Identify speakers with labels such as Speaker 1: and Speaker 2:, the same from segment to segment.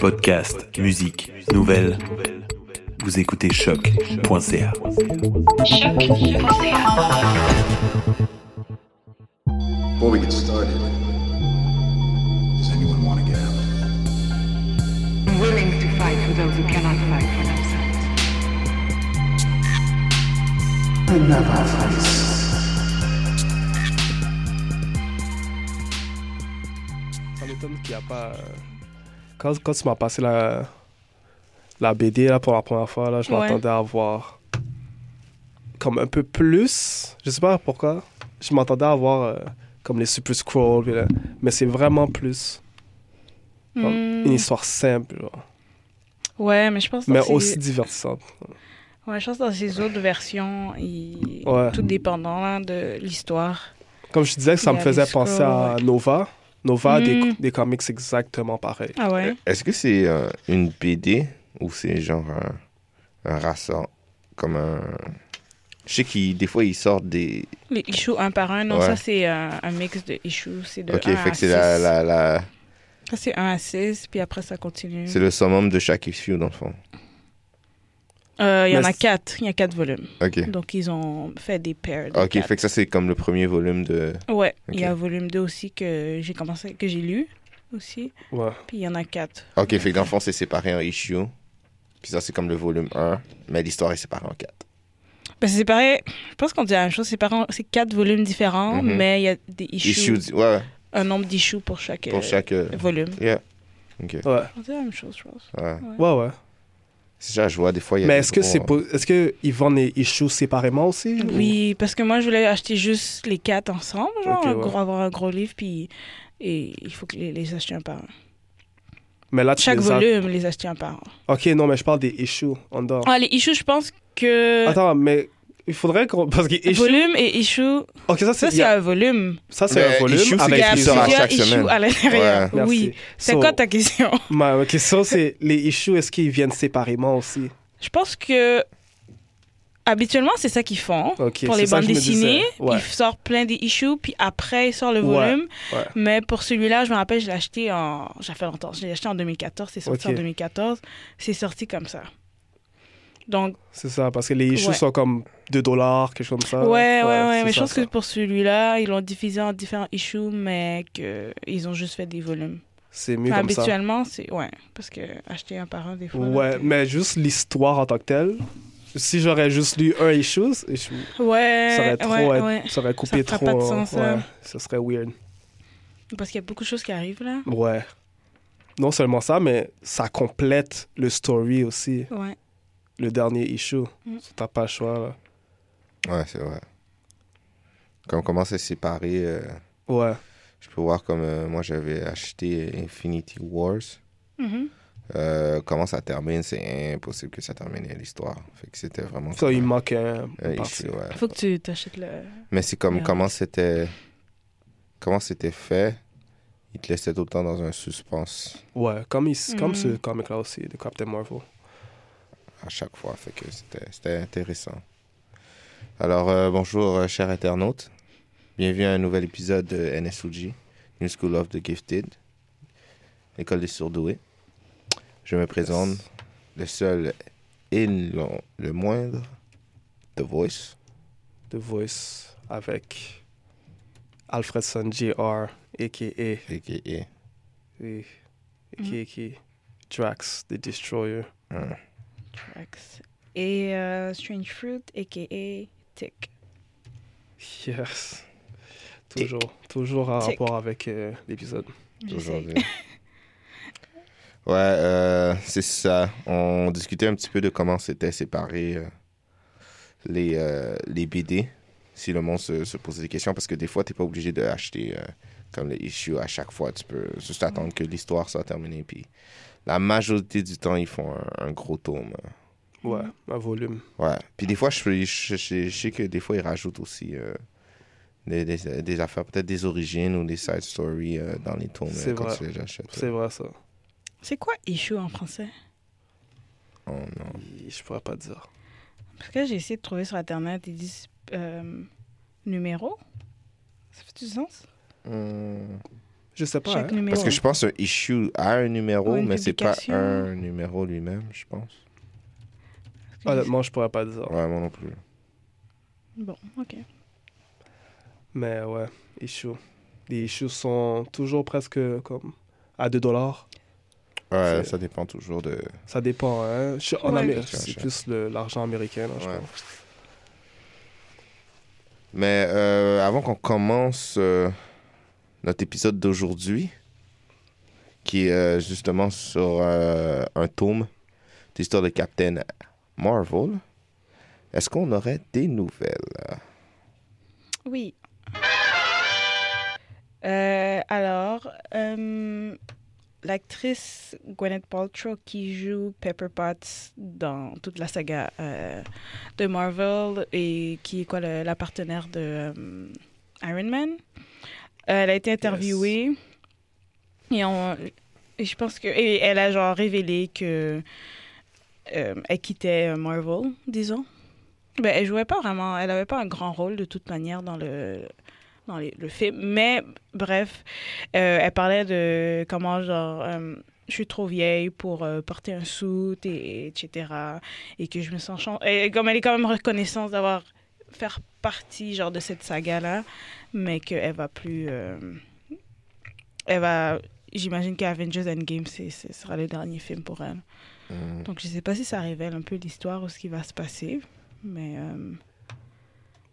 Speaker 1: Podcast, musique, nouvelles. Vous écoutez choc.ca.
Speaker 2: Before we get started, does anyone want to get out?
Speaker 3: willing to fight for those who cannot fight for themselves.
Speaker 4: Ça m'étonne qu'il n'y a pas. euh, Quand, quand tu m'as passé la, la BD là, pour la première fois, là, je
Speaker 5: Ouais.
Speaker 4: m'attendais à avoir comme un peu plus. Je sais pas pourquoi. Je m'attendais à avoir euh, comme les Super Scrolls. puis là. Mais c'est vraiment plus comme
Speaker 5: Hmm.
Speaker 4: une histoire simple, genre.
Speaker 5: Ouais, mais je pense que
Speaker 4: mais
Speaker 5: dans ces-
Speaker 4: aussi divertissante.
Speaker 5: ouais, je pense que dans ces autres versions, il...
Speaker 4: Ouais.
Speaker 5: tout dépendant là, de l'histoire.
Speaker 4: Comme je disais, ça
Speaker 5: Il y
Speaker 4: me
Speaker 5: a
Speaker 4: faisait
Speaker 5: les
Speaker 4: penser à
Speaker 5: scrolls,
Speaker 4: Nova. Nova, a des,
Speaker 5: Mm.
Speaker 4: des comics exactement pareils.
Speaker 5: Ah ouais.
Speaker 6: Est-ce que c'est euh, une BD ou c'est genre un, un rassort comme un. Je sais qu'il des fois ils sortent des.
Speaker 5: Les issues un par un, non,
Speaker 6: Ouais.
Speaker 5: ça c'est euh, un mix de issues, c'est de
Speaker 6: ok,
Speaker 5: 1
Speaker 6: fait
Speaker 5: à 6.
Speaker 6: que c'est la, la, la-
Speaker 5: Ça c'est 1 à 6, puis après ça continue.
Speaker 6: c'est le summum de chaque issue dans le fond.
Speaker 5: Euh, Il y en
Speaker 4: Mais
Speaker 5: a
Speaker 4: c'est-
Speaker 5: 4, il y a 4 volumes.
Speaker 6: Ok.
Speaker 5: Donc ils ont fait des paires de
Speaker 6: Ok,
Speaker 5: quatre.
Speaker 6: fait que ça c'est comme le premier volume de.
Speaker 5: Ouais,
Speaker 6: Ok.
Speaker 5: il y a volume 2 aussi que j'ai commencé, que j'ai lu aussi,
Speaker 4: Ouais.
Speaker 5: puis il y en a 4.
Speaker 6: Ok, fait que dans le fond c'est séparé en issue. Puis ça c'est comme le volume 1, mais l'histoire est séparée en 4.
Speaker 5: Ben, c'est pareil, je pense qu'on dit la même chose, c'est par- c'est 4 volumes différents,
Speaker 6: Mhm.
Speaker 5: mais il y a des issues,
Speaker 6: Issue, di- ouais,
Speaker 5: un nombre d'issues pour chaque, euh,
Speaker 6: pour chaque. euh,
Speaker 5: volume.
Speaker 6: Yeah. Ok.
Speaker 4: Ouais,
Speaker 5: On dit la même chose, je pense.
Speaker 6: Ouais.
Speaker 4: ouais. ouais.
Speaker 6: C'est ça, je vois des fois il y a.
Speaker 4: Mais
Speaker 6: des
Speaker 4: est-ce que
Speaker 6: gros,
Speaker 4: c'est
Speaker 6: euh,
Speaker 4: pour- est-ce que ils vendent les issues séparément aussi ou-
Speaker 5: Oui, parce que moi, je voulais acheter juste les quatre ensemble, genre,
Speaker 4: Ok,
Speaker 5: un
Speaker 4: ouais.
Speaker 5: gros- avoir un gros livre, puis et il faut que les, les acheter un par un.
Speaker 4: Mais là, tu
Speaker 5: Chaque
Speaker 4: les as-
Speaker 5: volume, les acheter un par un.
Speaker 4: Ok, non, mais je parle des issues en dehors.
Speaker 5: Ah, les issues, je pense que...
Speaker 4: Attends, mais il faudrait qu'on. Parce que issue-
Speaker 5: Volume et issue,
Speaker 4: Ok, ça,
Speaker 5: ça
Speaker 4: c'est
Speaker 5: c'est un volume.
Speaker 4: ça, c'est un
Speaker 6: Mais
Speaker 4: volume.
Speaker 6: issue, c'est
Speaker 5: Il
Speaker 4: avec
Speaker 5: y a
Speaker 6: qui sort à
Speaker 4: les-
Speaker 5: plusieurs
Speaker 6: chaque semaine.
Speaker 5: issues à l'intérieur.
Speaker 4: Merci.
Speaker 5: Oui. C'est
Speaker 4: So,
Speaker 5: quoi ta question
Speaker 4: Ma ma question, c'est les issues, est-ce qu'ils viennent séparément aussi
Speaker 5: Je pense que habituellement, c'est ça qu'ils font.
Speaker 4: Ok,
Speaker 5: pour
Speaker 4: c'est
Speaker 5: les
Speaker 4: ça
Speaker 5: bandes
Speaker 4: que je me
Speaker 5: dessinées,
Speaker 4: disais. Ouais.
Speaker 5: ils sortent plein des issues, puis après, ils sortent le
Speaker 4: Ouais,
Speaker 5: volume.
Speaker 4: ouais.
Speaker 5: Mais pour celui-là, je me rappelle, je l'ai acheté en. Ça fait longtemps. Je l'ai acheté en 2014. C'est sorti
Speaker 4: Ok.
Speaker 5: en 2014. C'est sorti comme ça. Donc,
Speaker 4: C'est ça, parce que les issues
Speaker 5: Ouais.
Speaker 4: sont comme 2 dollars, quelque chose comme ça.
Speaker 5: ouais, ouais, ouais.
Speaker 4: Ah c'est
Speaker 5: mais je
Speaker 4: ça,
Speaker 5: pense
Speaker 4: ça.
Speaker 5: que pour celui-là, ils l'ont diffusé en différents issues, mais qu'ils ont juste fait des volumes.
Speaker 4: c'est mieux comme ça.
Speaker 5: habituellement, c'est. Ouais. Parce que acheter un par un, des fois. là,
Speaker 4: Ouais,
Speaker 5: t'es-
Speaker 4: mais juste l'histoire en tant que telle. Si j'aurais juste lu un issue, je- ça
Speaker 5: Ouais.
Speaker 4: aurait trop,
Speaker 5: Euh, ouais,
Speaker 4: être-
Speaker 5: ouais.
Speaker 4: ça aurait coupé
Speaker 5: fera
Speaker 4: trop.
Speaker 5: pas de
Speaker 4: hein.
Speaker 5: sens, hein.
Speaker 4: Ouais, ça serait weird.
Speaker 5: Parce qu'il y a beaucoup de choses qui arrivent là.
Speaker 4: Ouais. Non seulement ça, mais ça complète le story aussi,
Speaker 5: Ouais.
Speaker 4: le dernier issue.
Speaker 5: Mm.
Speaker 4: Ça, T'as pas le choix, là.
Speaker 6: Ouais, c'est vrai. Comme comment c'est séparé. euh,
Speaker 4: Ouais.
Speaker 6: Je peux voir comme euh, moi j'avais acheté Infinity Wars.
Speaker 5: Mhm.
Speaker 6: Euh, comment ça termine, c'est impossible que ça termine l'histoire. Fait que c'était vraiment.
Speaker 4: Ça, il manque un.
Speaker 6: Euh,
Speaker 4: une partie.
Speaker 6: ici, ouais.
Speaker 5: Faut que tu t'achètes le.
Speaker 6: Mais c'est comme
Speaker 5: Ouais.
Speaker 6: comment c'était. Comment c'était fait. Il te laissait tout le temps dans un suspense
Speaker 4: Ouais, comme, il-
Speaker 5: Mm.
Speaker 4: comme ce comic-là aussi, de Captain Marvel.
Speaker 6: à chaque fois. Fait que c'était c'était intéressant. Alors euh, bonjour, euh, chers internautes. Bienvenue à un nouvel épisode de NSUG, New School of the Gifted, l'école des surdoués. Je me présente, le seul et non- le moindre, The Voice.
Speaker 4: The Voice avec Alfredson Jr., a.k.a.
Speaker 6: a.k.a.
Speaker 4: et-
Speaker 5: Mm.
Speaker 4: a.k.a. Drax, The Destroyer.
Speaker 6: hein,
Speaker 5: Tracks. Et euh, Strange Fruit, a.k.a. Tick.
Speaker 4: Yes.
Speaker 6: Tic.
Speaker 4: Toujours, toujours en
Speaker 5: Tic.
Speaker 4: rapport avec euh, l'épisode.
Speaker 5: J'essaie.
Speaker 6: aujourd'hui. ouais, euh, c'est ça. On discutait un petit peu de comment c'était séparé euh, les, euh, les BD, si le monde se, se posait des questions, parce que des fois, tu n'es pas obligé d'acheter euh, comme les issues à chaque fois. Tu peux juste attendre que l'histoire soit terminée. Puis la majorité du temps, ils font un, un gros tome.
Speaker 4: Ouais,
Speaker 6: Mhm.
Speaker 4: un volume.
Speaker 6: Ouais. Puis des fois, je, peux- je- je- je sais que des fois, ils rajoutent aussi euh, des, des- des affaires, peut-être des origines ou des side stories euh, dans les tomes
Speaker 4: C'est
Speaker 6: euh, quand
Speaker 4: vrai.
Speaker 6: tu les achètes.
Speaker 4: C'est vrai, ça.
Speaker 5: C'est quoi issue en français
Speaker 6: Oh non.
Speaker 4: Je pourrais pas dire.
Speaker 5: Parce que j'ai essayé de trouver sur internet, ils disent euh, numéro. Ça fait du sens
Speaker 6: Hmm.
Speaker 4: Je sais pas.
Speaker 5: Chaque
Speaker 4: hein.
Speaker 5: numéro.
Speaker 6: Parce que je pense un issue a un numéro,
Speaker 5: Ou une
Speaker 6: mais c'est pas
Speaker 5: publication.
Speaker 6: un numéro lui-même, je pense.
Speaker 4: Honnêtement, je pourrais pas dire.
Speaker 6: Ouais, moi non plus.
Speaker 5: Bon, ok.
Speaker 4: Mais ouais, issue. Les issues sont toujours presque comme à 2 dollars.
Speaker 6: Ouais,
Speaker 4: C'est-
Speaker 6: ça dépend toujours de.
Speaker 4: Ça dépend. Hein. Je- en
Speaker 5: Ouais.
Speaker 4: Amérique,
Speaker 6: Cher,
Speaker 4: c'est
Speaker 6: cher.
Speaker 4: plus le- l'argent américain. là, je
Speaker 6: Ouais.
Speaker 4: pense.
Speaker 6: Mais euh, avant qu'on commence euh, notre épisode d'aujourd'hui, qui est euh, justement sur euh, un tome d'histoire de Captain Marvel, est-ce qu'on aurait des nouvelles?
Speaker 5: Oui. Euh, alors, euh, l'actrice Gwyneth Paltrow qui joue Pepper Potts dans toute la saga euh, de Marvel et qui est quoi le- la partenaire de euh, Iron Man, euh, elle a été interviewée et, on- et je pense que et elle a genre révélé que euh, elle quittait euh, Marvel, disons. Ben, elle jouait pas vraiment, elle avait pas un grand rôle de toute manière dans le dans les- le film, mais bref, euh, elle parlait de comment genre euh, je suis trop vieille pour euh, porter un suit et etc et que je me sens chan- et comme elle est quand même reconnaissante d'avoir faire partie genre de cette saga là, mais qu'elle va plus euh, elle va j'imagine qu'Avengers Endgame c'est ce sera le dernier film pour elle.
Speaker 4: Mm.
Speaker 6: Hmm.
Speaker 5: Donc je sais pas si ça révèle un peu l'histoire ou ce qui va se passer, mais euh,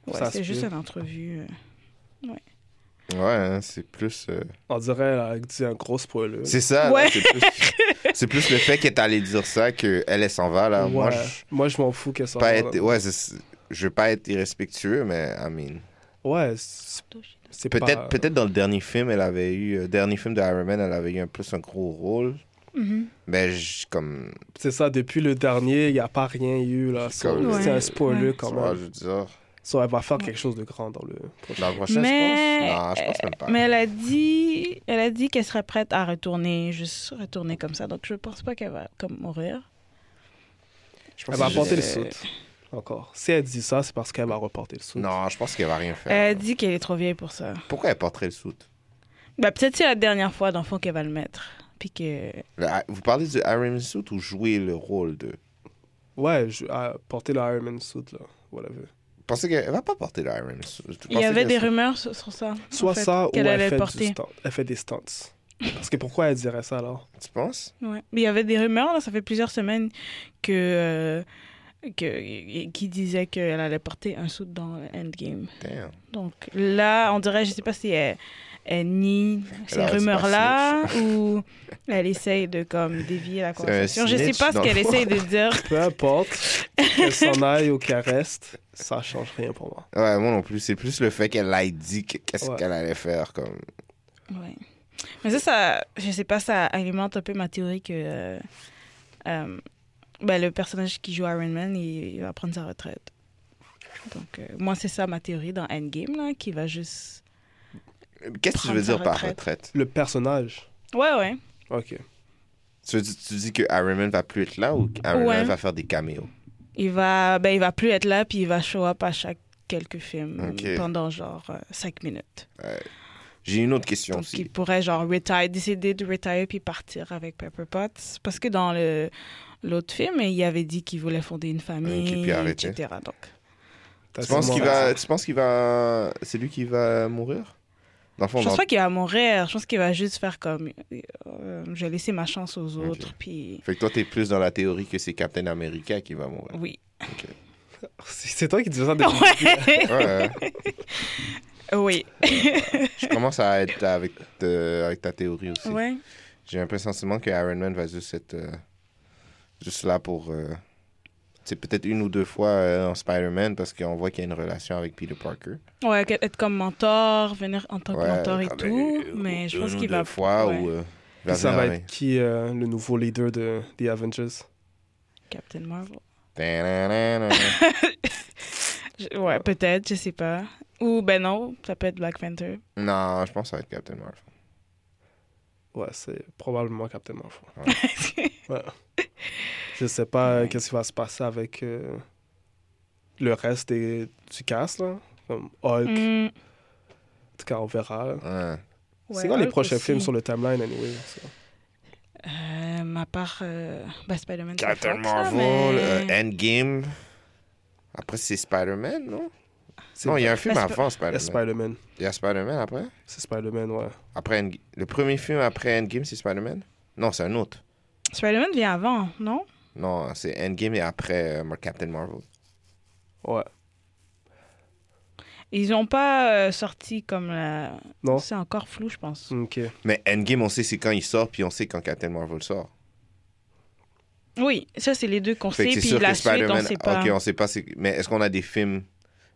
Speaker 5: ouais,
Speaker 4: Ça se
Speaker 5: c'est juste
Speaker 4: peut.
Speaker 5: une entrevue. euh.
Speaker 6: Ouais, hein, c'est plus. euh,
Speaker 4: On dirait, elle a dit un gros spoiler.
Speaker 6: C'est ça, là,
Speaker 5: Ouais.
Speaker 6: c'est plus... c'est plus le fait qu'elle est allée dire ça que elle elle s'en va là.
Speaker 4: Ouais.
Speaker 6: Ben, Moi, je
Speaker 4: Moi, je m'en fous qu'elle soit.
Speaker 6: pas
Speaker 4: là.
Speaker 6: être... ouais, c'est- je veux pas être irrespectueux, mais I mean,
Speaker 4: Ouais, c'est c'est pas-
Speaker 6: peut-être peut-être dans le dernier film, elle avait eu euh, dernier film de Iron Man, elle avait eu un plus un gros rôle,
Speaker 5: Mhm.
Speaker 6: mais Ben, je- comme
Speaker 4: C'est ça, depuis le dernier, il n'y a pas rien eu. là.
Speaker 6: C'est
Speaker 4: So,
Speaker 6: comme-
Speaker 4: C'est un
Speaker 5: Ouais.
Speaker 4: spoiler
Speaker 5: Ouais.
Speaker 4: quand
Speaker 6: tu vois,
Speaker 4: même.
Speaker 6: je veux dire
Speaker 4: So, elle va faire
Speaker 5: Ouais.
Speaker 4: quelque chose de grand dans le prochain.
Speaker 6: dans le prochain,
Speaker 5: Mais-
Speaker 6: je pense. Non, je pense même pas.
Speaker 5: Mais elle a dit, elle a dit qu'elle serait prête à retourner, juste retourner comme ça. Donc je pense pas qu'elle va comme mourir.
Speaker 6: Je pense
Speaker 4: Elle va
Speaker 6: que-
Speaker 4: apporter le
Speaker 5: Euh,
Speaker 4: soute. Encore. Si elle dit ça, c'est parce qu'elle va reporter le soute.
Speaker 6: Non, je pense qu'elle va rien faire.
Speaker 5: Elle a dit qu'elle est trop vieille pour ça.
Speaker 6: Pourquoi elle porterait le soute
Speaker 5: Bah peut-être c'est la dernière fois d'enfant qu'elle va le mettre. Puis que
Speaker 6: ah, Vous parlez du Iron Man suit ou jouer le rôle de
Speaker 4: Ouais, je, ah, porter le Iron Man suit, là. Whatever.
Speaker 6: Vous Pensez qu'elle elle va pas porter le Iron Man suit. Vous
Speaker 5: il y
Speaker 6: pensez
Speaker 5: avait
Speaker 6: qu'elle
Speaker 5: des
Speaker 6: sera-
Speaker 5: rumeurs sur, sur ça. en
Speaker 4: Soit
Speaker 5: fait,
Speaker 4: ça, ou
Speaker 5: qu'elle
Speaker 4: elle
Speaker 5: allait
Speaker 4: fait, du
Speaker 5: porter.
Speaker 4: stunt- elle fait des stunts. Parce que pourquoi elle dirait ça, alors
Speaker 6: Tu penses
Speaker 5: Ouais. Mais Il y avait des rumeurs, là, ça fait plusieurs semaines que, euh, que qui disait qu'elle allait porter un soude dans Endgame.
Speaker 6: Damn.
Speaker 5: Donc là, on dirait, je sais pas si elle, elle nie ces
Speaker 6: aurait dû
Speaker 5: rumeurs-là ou elle essaye de comme dévier la conversation. Je sais
Speaker 6: snitch,
Speaker 5: pas ce
Speaker 6: dans le
Speaker 5: qu'elle
Speaker 6: fond.
Speaker 5: essaye de dire.
Speaker 4: Peu importe qu'elle s'en aille ou qu'elle reste, ça change rien pour moi.
Speaker 6: Ouais, moi non plus. C'est plus le fait qu'elle ait dit que- qu'est-ce
Speaker 4: Ouais.
Speaker 6: qu'elle allait faire. Comme...
Speaker 5: Ouais. Mais ça, ça, je sais pas, ça alimente un peu ma théorie que euh, euh, ben, le personnage qui joue Iron Man, il, il va prendre sa retraite. Donc, euh, moi, c'est ça ma théorie dans Endgame, là, qui va juste.
Speaker 6: Qu'est-ce que tu
Speaker 5: Prendre
Speaker 6: veux
Speaker 5: sa
Speaker 6: dire par
Speaker 5: retraite.
Speaker 6: retraite
Speaker 4: Le personnage.
Speaker 5: Ouais, ouais.
Speaker 4: Ok.
Speaker 6: tu, veux dire- tu dis que Iron Man va plus être là ou Iron
Speaker 5: Ouais.
Speaker 6: Man va faire des caméos
Speaker 5: Il va, ben, il va plus être là, puis il va show up à chaque quelques films
Speaker 6: Ok.
Speaker 5: pendant genre 5 minutes.
Speaker 6: J'ai une autre question
Speaker 5: Donc, il
Speaker 6: aussi.
Speaker 5: pourrait genre retire, décider de retire puis partir avec Pepper Potts. Parce que dans le l'autre film, il avait dit qu'il voulait fonder une famille,
Speaker 6: puis Euh, arrêter.
Speaker 5: etc. Donc,
Speaker 6: Tu penses qu'il va. Tu penses qu'il va. C'est lui qui va mourir Dans le fond,
Speaker 5: Je pense
Speaker 6: dans-
Speaker 5: pas qu'il va mourir. Je pense qu'il va juste faire comme. euh, je vais laisser ma chance aux
Speaker 6: Ok.
Speaker 5: autres. Puis.
Speaker 6: Fait que toi, t'es plus dans la théorie que c'est Captain America qui va mourir.
Speaker 5: Oui.
Speaker 4: C'est c'est toi qui dis ça depuis.
Speaker 5: Ouais.
Speaker 6: Ouais,
Speaker 5: oui.
Speaker 6: je commence à être avec, euh, avec ta théorie aussi.
Speaker 5: Ouais.
Speaker 6: J'ai un peu le sentiment que Iron Man va juste être euh, juste là pour. euh, c'est peut-être une ou deux fois euh, en Spider-Man parce qu'on voit qu'il y a une relation avec Peter Parker.
Speaker 5: Ouais, que- être comme mentor, venir en tant que
Speaker 6: Ouais,
Speaker 5: mentor et
Speaker 6: quand même,
Speaker 5: tout.
Speaker 6: euh,
Speaker 5: mais je
Speaker 6: une
Speaker 5: pense
Speaker 6: ou
Speaker 5: qu'il
Speaker 6: deux
Speaker 5: va.
Speaker 6: fois
Speaker 5: ouais,
Speaker 6: ou, euh, il va
Speaker 4: Puis ça
Speaker 6: venir
Speaker 4: va
Speaker 6: avec-
Speaker 4: être qui euh, le nouveau leader de The Avengers
Speaker 5: Captain Marvel.
Speaker 6: Ta-da-da-da.
Speaker 5: Je- ouais, peut-être, je sais pas. Ou ben non, ça peut être Black Panther.
Speaker 6: non, je pense que ça va être Captain Marvel.
Speaker 4: Ouais, c'est probablement Captain Marvel. Ouais. Je sais pas euh, qu'est-ce qui va se passer avec euh, le reste des, du cast, là. Comme Hulk.
Speaker 5: Mm.
Speaker 4: En tout cas, on verra. là.
Speaker 6: Ouais.
Speaker 4: c'est quand les prochains films sur le timeline, anyway? ça?
Speaker 5: Euh, à part euh, bah, Spider-Man. c'est
Speaker 6: Captain
Speaker 5: Fox, là,
Speaker 6: Marvel,
Speaker 5: mais-
Speaker 6: euh, Endgame. Après, c'est Spider-Man, non?
Speaker 4: C'est
Speaker 6: Non, il y a un film
Speaker 5: Mais c'est
Speaker 6: avant
Speaker 4: pas-
Speaker 6: Spider-Man.
Speaker 4: Spider-Man.
Speaker 6: Il y a Spider-Man après?
Speaker 4: C'est Spider-Man, ouais.
Speaker 6: après Endg- Le premier film après Endgame, c'est Spider-Man? Non, c'est un autre.
Speaker 5: Spider-Man vient avant, non?
Speaker 6: Non, c'est Endgame et après euh, Captain Marvel.
Speaker 4: Ouais.
Speaker 5: Ils n'ont pas euh, sorti comme la...
Speaker 4: Non?
Speaker 5: C'est encore flou, je pense.
Speaker 4: Ok.
Speaker 6: Mais Endgame, on sait c'est quand il sort, puis on sait quand Captain Marvel sort.
Speaker 5: Oui, ça, c'est les deux qu'on sait.
Speaker 6: Fait que c'est
Speaker 5: Puis
Speaker 6: sûr
Speaker 5: la
Speaker 6: que
Speaker 5: suite, on
Speaker 6: Spider-Man.
Speaker 5: sait pas.
Speaker 6: Ok, on sait pas. c'est- Mais est-ce qu'on a des films.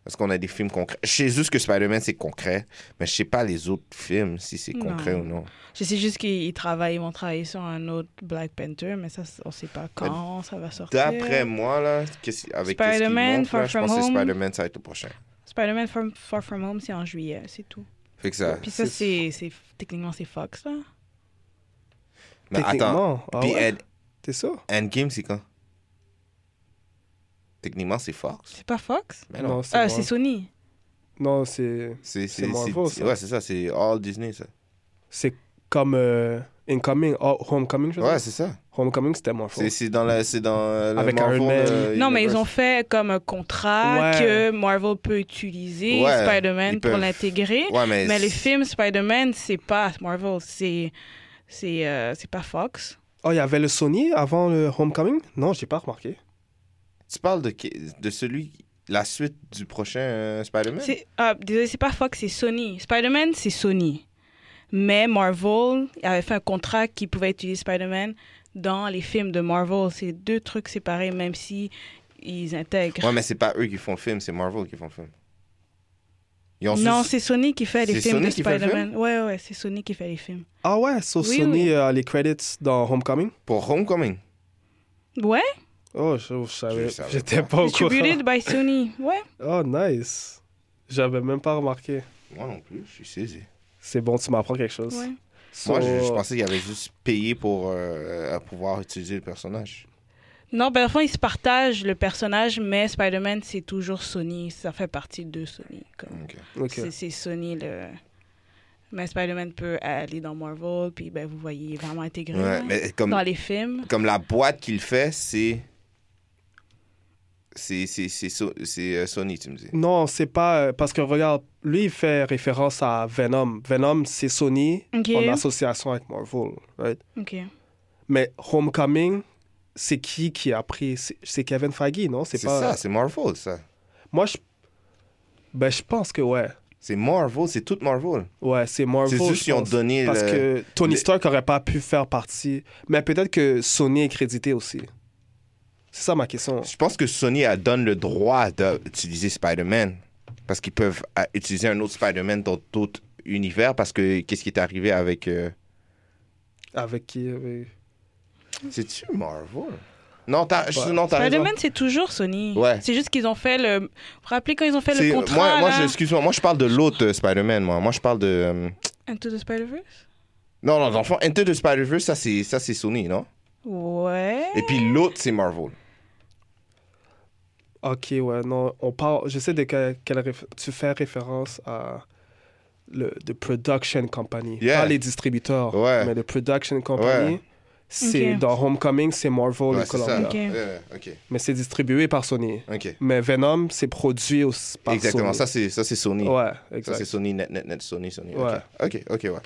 Speaker 6: Est-ce qu'on a des films concrets? Je sais juste que Spider-Man, c'est concret, mais je sais pas les autres films, si c'est concret
Speaker 5: Non.
Speaker 6: ou non.
Speaker 5: Je sais juste qu'ils ils travaillent, ils vont travailler sur un autre Black Panther, mais ça, on sait pas quand ça va sortir.
Speaker 6: D'après moi, là, qu'est-ce- avec qu'est-ce qui
Speaker 5: Spider-Man,
Speaker 6: monte, là,
Speaker 5: Far
Speaker 6: je
Speaker 5: From
Speaker 6: pense que
Speaker 5: Home.
Speaker 6: Spider-Man, ça va être le prochain.
Speaker 5: Spider-Man Far, Far From Home, c'est en juillet, c'est tout.
Speaker 6: Fait que ça.
Speaker 5: Puis ça, c'est c'est- techniquement, c'est Fox, là.
Speaker 6: Mais attends.
Speaker 4: Techniquement. Ah
Speaker 6: Puis
Speaker 4: ouais?
Speaker 6: End-
Speaker 4: T'es sûr?
Speaker 6: Endgame, c'est quand Techniquement, c'est Fox.
Speaker 5: C'est pas Fox?
Speaker 6: Mais non.
Speaker 4: c'est
Speaker 5: Ah,
Speaker 4: moi.
Speaker 5: c'est Sony.
Speaker 4: Non, c'est...
Speaker 6: C'est
Speaker 4: C'est
Speaker 6: c'est-
Speaker 4: Marvel,
Speaker 6: c'est-
Speaker 4: ça.
Speaker 6: Ouais, c'est ça, c'est All Disney, ça.
Speaker 4: C'est comme euh, Incoming, oh, Homecoming, je veux
Speaker 6: Ouais,
Speaker 4: dire.
Speaker 6: c'est ça.
Speaker 4: Homecoming, c'était moi.
Speaker 6: C'est c'est dans la. C'est dans euh, le
Speaker 4: Avec
Speaker 6: Marvel,
Speaker 4: Iron Man.
Speaker 6: euh,
Speaker 5: Non, mais ils ont
Speaker 6: Universe.
Speaker 5: fait comme un contrat
Speaker 4: Ouais.
Speaker 5: que Marvel peut utiliser
Speaker 6: Ouais,
Speaker 5: Spider-Man
Speaker 6: ils
Speaker 5: pour
Speaker 6: peuvent.
Speaker 5: l'intégrer.
Speaker 6: Ouais, mais.
Speaker 5: Mais les films Spider-Man, c'est pas Marvel, c'est c'est euh, c'est pas Fox.
Speaker 4: Oh, il y avait le Sony avant le Homecoming? Non, j'ai pas remarqué.
Speaker 6: Tu parles de, qui- de celui. La suite du prochain euh, Spider-Man
Speaker 5: C'est ah, désolé, c'est pas Fox, c'est Sony. Spider-Man, c'est Sony. Mais Marvel avait fait un contrat qui pouvait utiliser Spider-Man dans les films de Marvel. C'est deux trucs séparés, même si ils intègrent.
Speaker 6: Ouais, mais c'est pas eux qui font le film, c'est Marvel qui font le film. Ils ont
Speaker 5: non,
Speaker 6: juste-
Speaker 5: c'est Sony qui fait les
Speaker 6: C'est
Speaker 5: films
Speaker 6: Sony
Speaker 5: de
Speaker 6: qui fait le
Speaker 5: Spider-Man. Ouais, ouais, c'est Sony qui fait les films.
Speaker 4: Ah ouais, sur
Speaker 5: Oui,
Speaker 4: Sony,
Speaker 5: oui.
Speaker 4: euh, les credits dans Homecoming?
Speaker 6: Pour Homecoming.
Speaker 5: Ouais,
Speaker 4: Oh, je, je savais.
Speaker 6: Je savais
Speaker 4: J'étais
Speaker 6: pas.
Speaker 4: pas au courant.
Speaker 5: distributed by Sony. Ouais.
Speaker 4: Oh, nice. J'avais même pas remarqué.
Speaker 6: Moi non plus, je suis saisi.
Speaker 4: C'est bon, tu m'apprends quelque chose.
Speaker 5: ouais.
Speaker 4: So-
Speaker 6: Moi, je, je pensais qu'ils avaient juste payé pour euh, euh, pouvoir utiliser le personnage.
Speaker 5: Non, ben, enfin, ils se partagent le personnage, mais Spider-Man, c'est toujours Sony. Ça fait partie de Sony. comme.
Speaker 4: Ok.
Speaker 5: C'est- C'est Sony le. Mais Spider-Man peut aller dans Marvel, puis ben, vous voyez, il est vraiment intégré
Speaker 6: Ouais,
Speaker 5: là,
Speaker 6: mais comme,
Speaker 5: dans les films.
Speaker 6: comme la boîte qu'il fait, c'est. C'est c'est- c'est So- c'est, euh, Sony, tu me dis.
Speaker 4: Non, c'est pas. euh, Parce que regarde, lui, il fait référence à Venom. Venom, c'est Sony
Speaker 5: Ok.
Speaker 4: en association avec Marvel. right?
Speaker 5: Ok.
Speaker 4: Mais Homecoming, c'est qui qui a pris C'est c'est Kevin Feige, non
Speaker 6: C'est
Speaker 4: C'est pas.
Speaker 6: ça, c'est Marvel, ça.
Speaker 4: Moi, je. Ben, je pense que ouais.
Speaker 6: C'est Marvel, c'est toute Marvel.
Speaker 4: Ouais, c'est Marvel.
Speaker 6: C'est
Speaker 4: je
Speaker 6: juste qu'ils ont
Speaker 4: pense.
Speaker 6: donné
Speaker 4: Parce
Speaker 6: le-
Speaker 4: que Tony
Speaker 6: le-
Speaker 4: Stark aurait pas pu faire partie. Mais peut-être que Sony est crédité aussi. C'est ça ma question.
Speaker 6: Je pense que Sony elle donne le droit d'utiliser Spider-Man. Parce qu'ils peuvent euh, utiliser un autre Spider-Man dans d'autres univers. Parce que qu'est-ce qui est arrivé avec. euh,
Speaker 4: Avec qui avec-
Speaker 6: C'est-tu Marvel? Non, t'as
Speaker 4: Ouais.
Speaker 6: non, t'as raison.
Speaker 5: Spider-Man, c'est toujours Sony.
Speaker 6: Ouais.
Speaker 5: C'est juste qu'ils ont fait le. Vous vous rappelez quand ils ont fait
Speaker 6: C'est- euh,
Speaker 5: le contrat
Speaker 6: moi, moi,
Speaker 5: là,
Speaker 6: je- excuse-moi, moi je parle de l'autre euh, Spider-Man, moi. Moi je parle de. euh,
Speaker 5: Into the Spider-Verse
Speaker 6: Non, non, dans le fond, Into the Spider-Verse, ça c'est ça, c'est Sony, non?
Speaker 5: Ouais.
Speaker 6: Et puis l'autre, c'est Marvel.
Speaker 4: Ok, ouais, non, on parle. Je sais de que- quelle réf- tu fais référence à le the production company,
Speaker 6: Yeah.
Speaker 4: pas les distributeurs,
Speaker 6: Ouais.
Speaker 4: mais le production company.
Speaker 6: Ouais.
Speaker 4: C'est
Speaker 5: Ok.
Speaker 4: dans Homecoming, c'est Marvel
Speaker 6: Ouais,
Speaker 4: et
Speaker 6: c'est ça.
Speaker 4: Columbia,
Speaker 5: Ok.
Speaker 6: Ouais, ok.
Speaker 4: mais c'est distribué par Sony.
Speaker 6: ok.
Speaker 4: Mais Venom, c'est produit aussi par
Speaker 6: Exactement, ça
Speaker 4: Sony.
Speaker 6: c'est ça, c'est Sony.
Speaker 4: Ouais,
Speaker 6: Ça
Speaker 4: exact.
Speaker 6: c'est Sony, net, net, net, Sony, Sony. ok.
Speaker 4: Ouais.
Speaker 6: Ok, ok, ouais.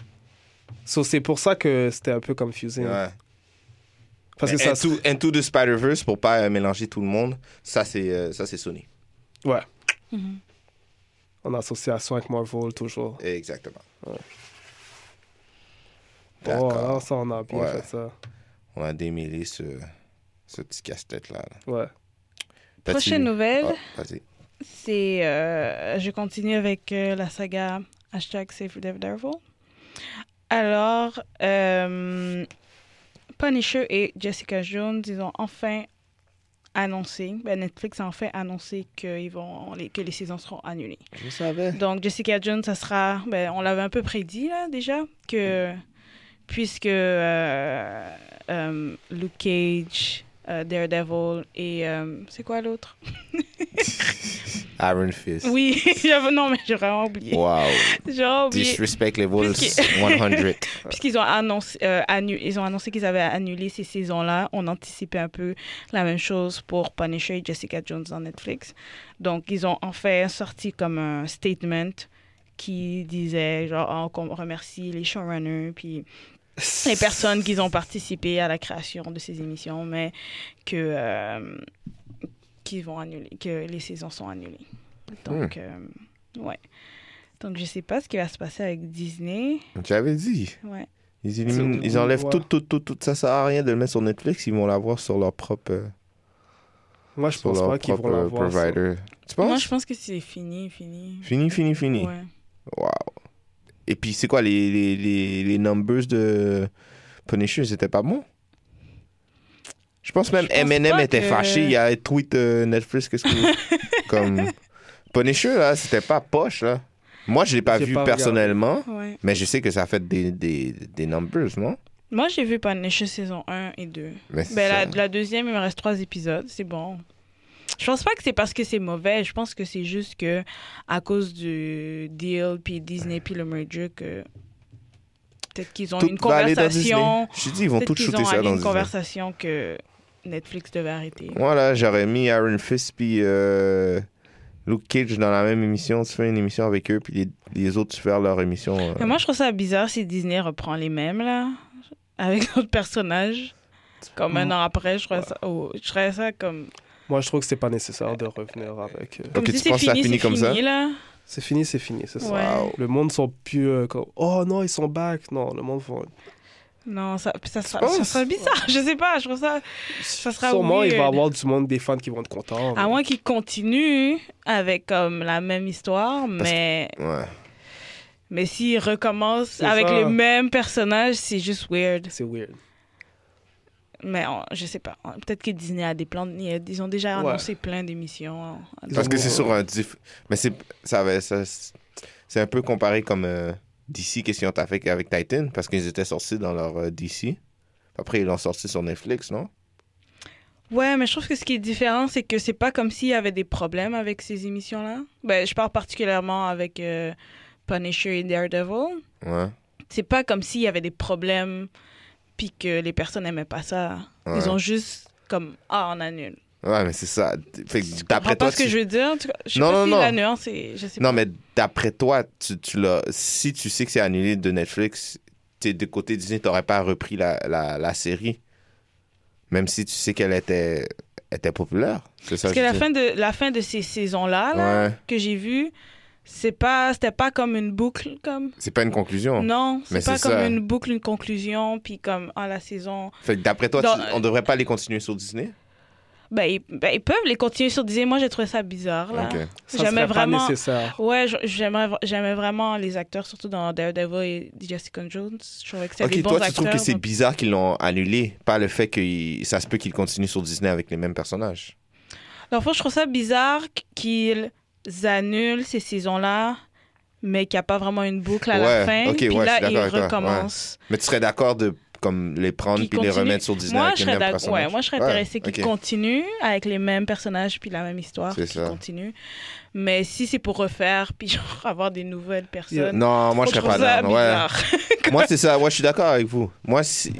Speaker 4: So, c'est pour ça que c'était un peu confusing.
Speaker 6: ouais.
Speaker 4: Parce que
Speaker 6: Mais
Speaker 4: ça.
Speaker 6: Into, Into the Spider-Verse, pour pas euh, mélanger tout le monde, ça c'est euh, ça, c'est Sony.
Speaker 4: Ouais.
Speaker 5: Mhm.
Speaker 4: En association avec Marvel, toujours.
Speaker 6: Exactement.
Speaker 4: Oh,
Speaker 6: D'accord.
Speaker 4: alors ça, on a bien
Speaker 6: Ouais.
Speaker 4: fait ça.
Speaker 6: On a démêlé ce, ce petit casse-tête-là. là.
Speaker 4: Ouais.
Speaker 6: T'as-tu-
Speaker 5: Prochaine nouvelle.
Speaker 6: Ah, Vas-y.
Speaker 5: c'est. euh, je continue avec euh, la saga hashtag Save Daredevil. Alors, euh, Punisher et Jessica Jones, ils ont enfin annoncé, ben, Netflix a enfin annoncé qu'ils vont, les- que les saisons seront annulées.
Speaker 6: Je savais.
Speaker 5: Donc, Jessica Jones, ça sera. Ben, on l'avait un peu prédit, là, déjà, que. Puisque euh, euh, Luke Cage, euh, Daredevil et. euh, c'est quoi l'autre
Speaker 6: Iron Fist.
Speaker 5: Oui, j'avais- non, mais j'ai vraiment oublié.
Speaker 6: Wow.
Speaker 5: J'ai oublié.
Speaker 6: Disrespect level
Speaker 5: Puisque-
Speaker 6: 100.
Speaker 5: Puisqu'ils ont annoncé, euh, annu- ils ont annoncé qu'ils avaient annulé ces saisons-là, on anticipait un peu la même chose pour Punisher et Jessica Jones dans Netflix. Donc, ils ont en fait sorti comme un statement qui disait genre Ah, qu'on remercie les showrunners puis les personnes qui ont participé à la création de ces émissions, mais que euh, qu'ils vont annuler, que les saisons sont annulées. Donc, euh, ouais. Donc, je sais pas ce qui va se passer avec Disney.
Speaker 6: J'avais dit.
Speaker 5: Ouais.
Speaker 6: Ils, éliminent-
Speaker 4: C'est-
Speaker 6: ils enlèvent
Speaker 4: ouais.
Speaker 6: tout, tout, tout, tout. Ça sert à rien de le mettre sur Netflix. Ils vont l'avoir sur leur propre, euh,
Speaker 4: Moi, je
Speaker 6: sur
Speaker 4: pense
Speaker 6: leur
Speaker 4: pas qu'ils vont
Speaker 6: propre euh,
Speaker 4: l'avoir. ça.
Speaker 6: provider. Tu
Speaker 5: Moi,
Speaker 6: penses
Speaker 5: je pense que c'est fini, fini.
Speaker 6: Fini, fini, fini.
Speaker 5: Ouais.
Speaker 6: Wow. Et puis, c'est quoi les, les, les, les numbers de Punisher C'était pas bon Je pense même
Speaker 5: Je pense
Speaker 6: Eminem
Speaker 5: pas
Speaker 6: était
Speaker 5: que-
Speaker 6: fâché. Il y a un tweet euh, Netflix. Qu'est-ce que. Comme. Punisher, là, c'était pas poche, là. Moi, je l'ai pas
Speaker 4: J'ai
Speaker 6: vu
Speaker 4: pas regardé.
Speaker 6: personnellement,
Speaker 5: Ouais.
Speaker 6: mais je sais que ça a fait des, des, des numbers, non
Speaker 5: Moi, j'ai vu Punisher saison 1 et 2.
Speaker 6: mais c'est
Speaker 5: Ben, la,
Speaker 6: ça.
Speaker 5: la deuxième, il me reste trois épisodes. C'est bon. Je pense pas que c'est parce que c'est mauvais. Je pense que c'est juste que à cause du deal, puis Disney, puis le merger, que peut-être qu'ils ont
Speaker 6: Tout
Speaker 5: une
Speaker 6: va aller dans
Speaker 5: conversation.
Speaker 6: Disney. Je dis, ils vont
Speaker 5: Peut-être
Speaker 6: tout
Speaker 5: qu'ils
Speaker 6: shooter
Speaker 5: ont
Speaker 6: ça
Speaker 5: allé
Speaker 6: dans
Speaker 5: une
Speaker 6: Disney.
Speaker 5: conversation que Netflix devait arrêter.
Speaker 6: Voilà, j'aurais mis Iron Fist puis euh, Luke Cage dans la même émission. Tu fais une émission avec eux, puis les, les autres, tu fais leur émission. euh.
Speaker 5: Mais moi, je trouve ça bizarre si Disney reprend les mêmes, là, avec d'autres personnages. Comme un an après, je ferais ça, oh, je ferais ça comme.
Speaker 4: Moi, je trouve que c'est pas nécessaire de revenir avec. euh,
Speaker 5: comme
Speaker 6: Ok,
Speaker 5: si
Speaker 6: tu
Speaker 5: c'est
Speaker 6: penses que ça
Speaker 5: fini,
Speaker 6: finit
Speaker 5: c'est
Speaker 6: comme ça?
Speaker 5: fini, Là.
Speaker 4: C'est fini, c'est fini, c'est ça.
Speaker 5: Ouais.
Speaker 6: Wow.
Speaker 4: Le monde sont plus euh, comme oh non, ils sont back. Non, le monde vont.
Speaker 5: Non, ça, ça, sera,
Speaker 6: penses?
Speaker 5: ça sera bizarre. Je sais pas, je trouve ça. Ça sera
Speaker 4: Sûrement, il va y
Speaker 5: weird. Ah,
Speaker 4: avoir du monde, des fans qui vont être contents.
Speaker 5: À moins qu'ils continuent avec comme la même histoire, mais,
Speaker 6: Ouais.
Speaker 5: mais s'ils recommencent
Speaker 4: C'est
Speaker 5: avec
Speaker 4: ça.
Speaker 5: les mêmes personnages, c'est juste weird.
Speaker 4: C'est weird.
Speaker 5: Mais on- je sais pas. Peut-être que Disney a des plans. de- Ils ont déjà
Speaker 4: Ouais.
Speaker 5: annoncé plein d'émissions. hein.
Speaker 4: Ils
Speaker 6: Parce
Speaker 4: ont-
Speaker 6: que c'est sur un. diff- Mais c'est ça, va- ça- c'est un peu comparé comme euh, DC, qu'est-ce qu'ils ont fait avec Titan, parce qu'ils étaient sortis dans leur euh, DC. Après, ils l'ont sorti sur Netflix, non
Speaker 5: Ouais, mais je trouve que ce qui est différent, c'est que c'est pas comme s'il y avait des problèmes avec ces émissions-là. Ben, je parle particulièrement avec euh, Punisher et Daredevil.
Speaker 6: Ouais.
Speaker 5: C'est pas comme s'il y avait des problèmes puis que les personnes n'aimaient pas ça.
Speaker 6: Ouais.
Speaker 5: Ils ont juste comme ah on annule.
Speaker 6: Ouais, mais c'est ça. Fait que
Speaker 5: Tu comprends
Speaker 6: d'après
Speaker 5: pas
Speaker 6: toi,
Speaker 5: ce que
Speaker 6: tu-
Speaker 5: je veux dire. En tout cas, je sais
Speaker 6: Non,
Speaker 5: pas
Speaker 6: non,
Speaker 5: si
Speaker 6: non.
Speaker 5: la nuance est. Je sais
Speaker 6: Non,
Speaker 5: pas.
Speaker 6: mais d'après toi, tu, tu l'as- si tu sais que c'est annulé de Netflix, t'es de côté Disney, t'aurais pas repris la, la, la série. Même si tu sais qu'elle était, était populaire. C'est ça
Speaker 5: Parce
Speaker 6: que
Speaker 5: que
Speaker 6: je
Speaker 5: la
Speaker 6: dis.
Speaker 5: fin de la fin de ces saisons là,
Speaker 6: Ouais.
Speaker 5: que j'ai vu, c'est pas c'était pas comme une boucle comme.
Speaker 6: C'est pas une conclusion.
Speaker 5: Non,
Speaker 6: Mais
Speaker 5: c'est pas
Speaker 6: c'est
Speaker 5: comme
Speaker 6: ça.
Speaker 5: une boucle, une conclusion, puis comme ah la saison
Speaker 6: Fait que d'après toi,
Speaker 5: Dans-
Speaker 6: tu- on devrait pas les continuer sur Disney.
Speaker 5: Ben, ils, ben, ils peuvent les continuer sur Disney. Moi, j'ai trouvé ça bizarre, là.
Speaker 6: Ok.
Speaker 4: Ça
Speaker 5: Jamais
Speaker 4: serait
Speaker 5: vraiment-
Speaker 4: pas nécessaire.
Speaker 5: Ouais, je- j'aimerais vra- j'aimais vraiment les acteurs, surtout dans Daredevil et Jessica Jones. Je trouvais que c'était
Speaker 6: Ok,
Speaker 5: des bons
Speaker 6: toi, tu
Speaker 5: acteurs.
Speaker 6: trouves que c'est
Speaker 5: donc-
Speaker 6: bizarre qu'ils l'ont annulé, pas le fait que il- ça se peut qu'ils continuent sur Disney avec les mêmes personnages.
Speaker 5: Dans le fond, je trouve ça bizarre qu- qu'ils annulent ces saisons-là, mais qu'il n'y a pas vraiment une boucle à
Speaker 6: Ouais,
Speaker 5: la fin.
Speaker 6: ok,
Speaker 5: puis
Speaker 6: ouais, je suis
Speaker 5: là,
Speaker 6: d'accord
Speaker 5: ils
Speaker 6: avec toi, ouais.
Speaker 5: recommencent.
Speaker 6: Mais tu serais d'accord de comme les prendre
Speaker 5: Qu'ils
Speaker 6: puis les
Speaker 5: continuent.
Speaker 6: remettre sur Disney
Speaker 5: Moi,
Speaker 6: avec
Speaker 5: je
Speaker 6: les
Speaker 5: serais
Speaker 6: mêmes
Speaker 5: d'accord-
Speaker 6: personnages.
Speaker 5: ouais, moi, je serais
Speaker 6: Ouais,
Speaker 5: intéressée qu'ils
Speaker 6: ok.
Speaker 5: continuent avec les mêmes personnages puis la même histoire.
Speaker 6: C'est
Speaker 5: Qu'ils
Speaker 6: ça.
Speaker 5: continuent. Mais si c'est pour refaire puis genre, avoir des nouvelles personnes,
Speaker 6: Non, moi je serais
Speaker 5: trouve
Speaker 6: pas
Speaker 5: ça
Speaker 6: d'accord. Ouais.
Speaker 5: bizarre.
Speaker 6: Moi, c'est ça. Ouais, je suis d'accord avec vous. Moi, si-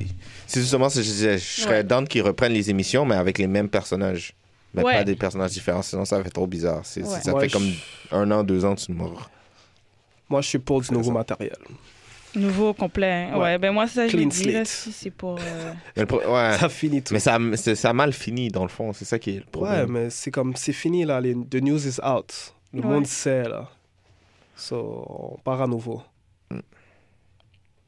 Speaker 6: c'est justement ce que je disais. Je serais
Speaker 5: Ouais.
Speaker 6: down qu'ils reprennent les émissions, mais avec les mêmes personnages. Mais
Speaker 5: Ouais.
Speaker 6: pas des personnages différents, sinon ça fait trop bizarre. C'est-
Speaker 5: Ouais.
Speaker 6: Ça
Speaker 4: Moi,
Speaker 6: fait
Speaker 4: je-
Speaker 6: comme un an, deux ans, tu mords.
Speaker 4: Moi, je suis pour du nouveau
Speaker 6: ça.
Speaker 4: matériel.
Speaker 5: Nouveau complet. hein. Ouais.
Speaker 4: Ouais.
Speaker 5: ben moi, ça, je
Speaker 4: Clean
Speaker 5: l'ai dit. là,
Speaker 4: slate.
Speaker 5: si c'est pour. euh,
Speaker 6: Mais, le pro- ouais.
Speaker 4: Ça finit tout.
Speaker 6: mais ça, c'est- ça a mal fini, dans le fond. C'est ça qui est le
Speaker 4: Ouais,
Speaker 6: problème.
Speaker 4: mais c'est comme c'est fini là. Les... The news is out. Le
Speaker 5: Ouais.
Speaker 4: monde sait là. So, on part à nouveau.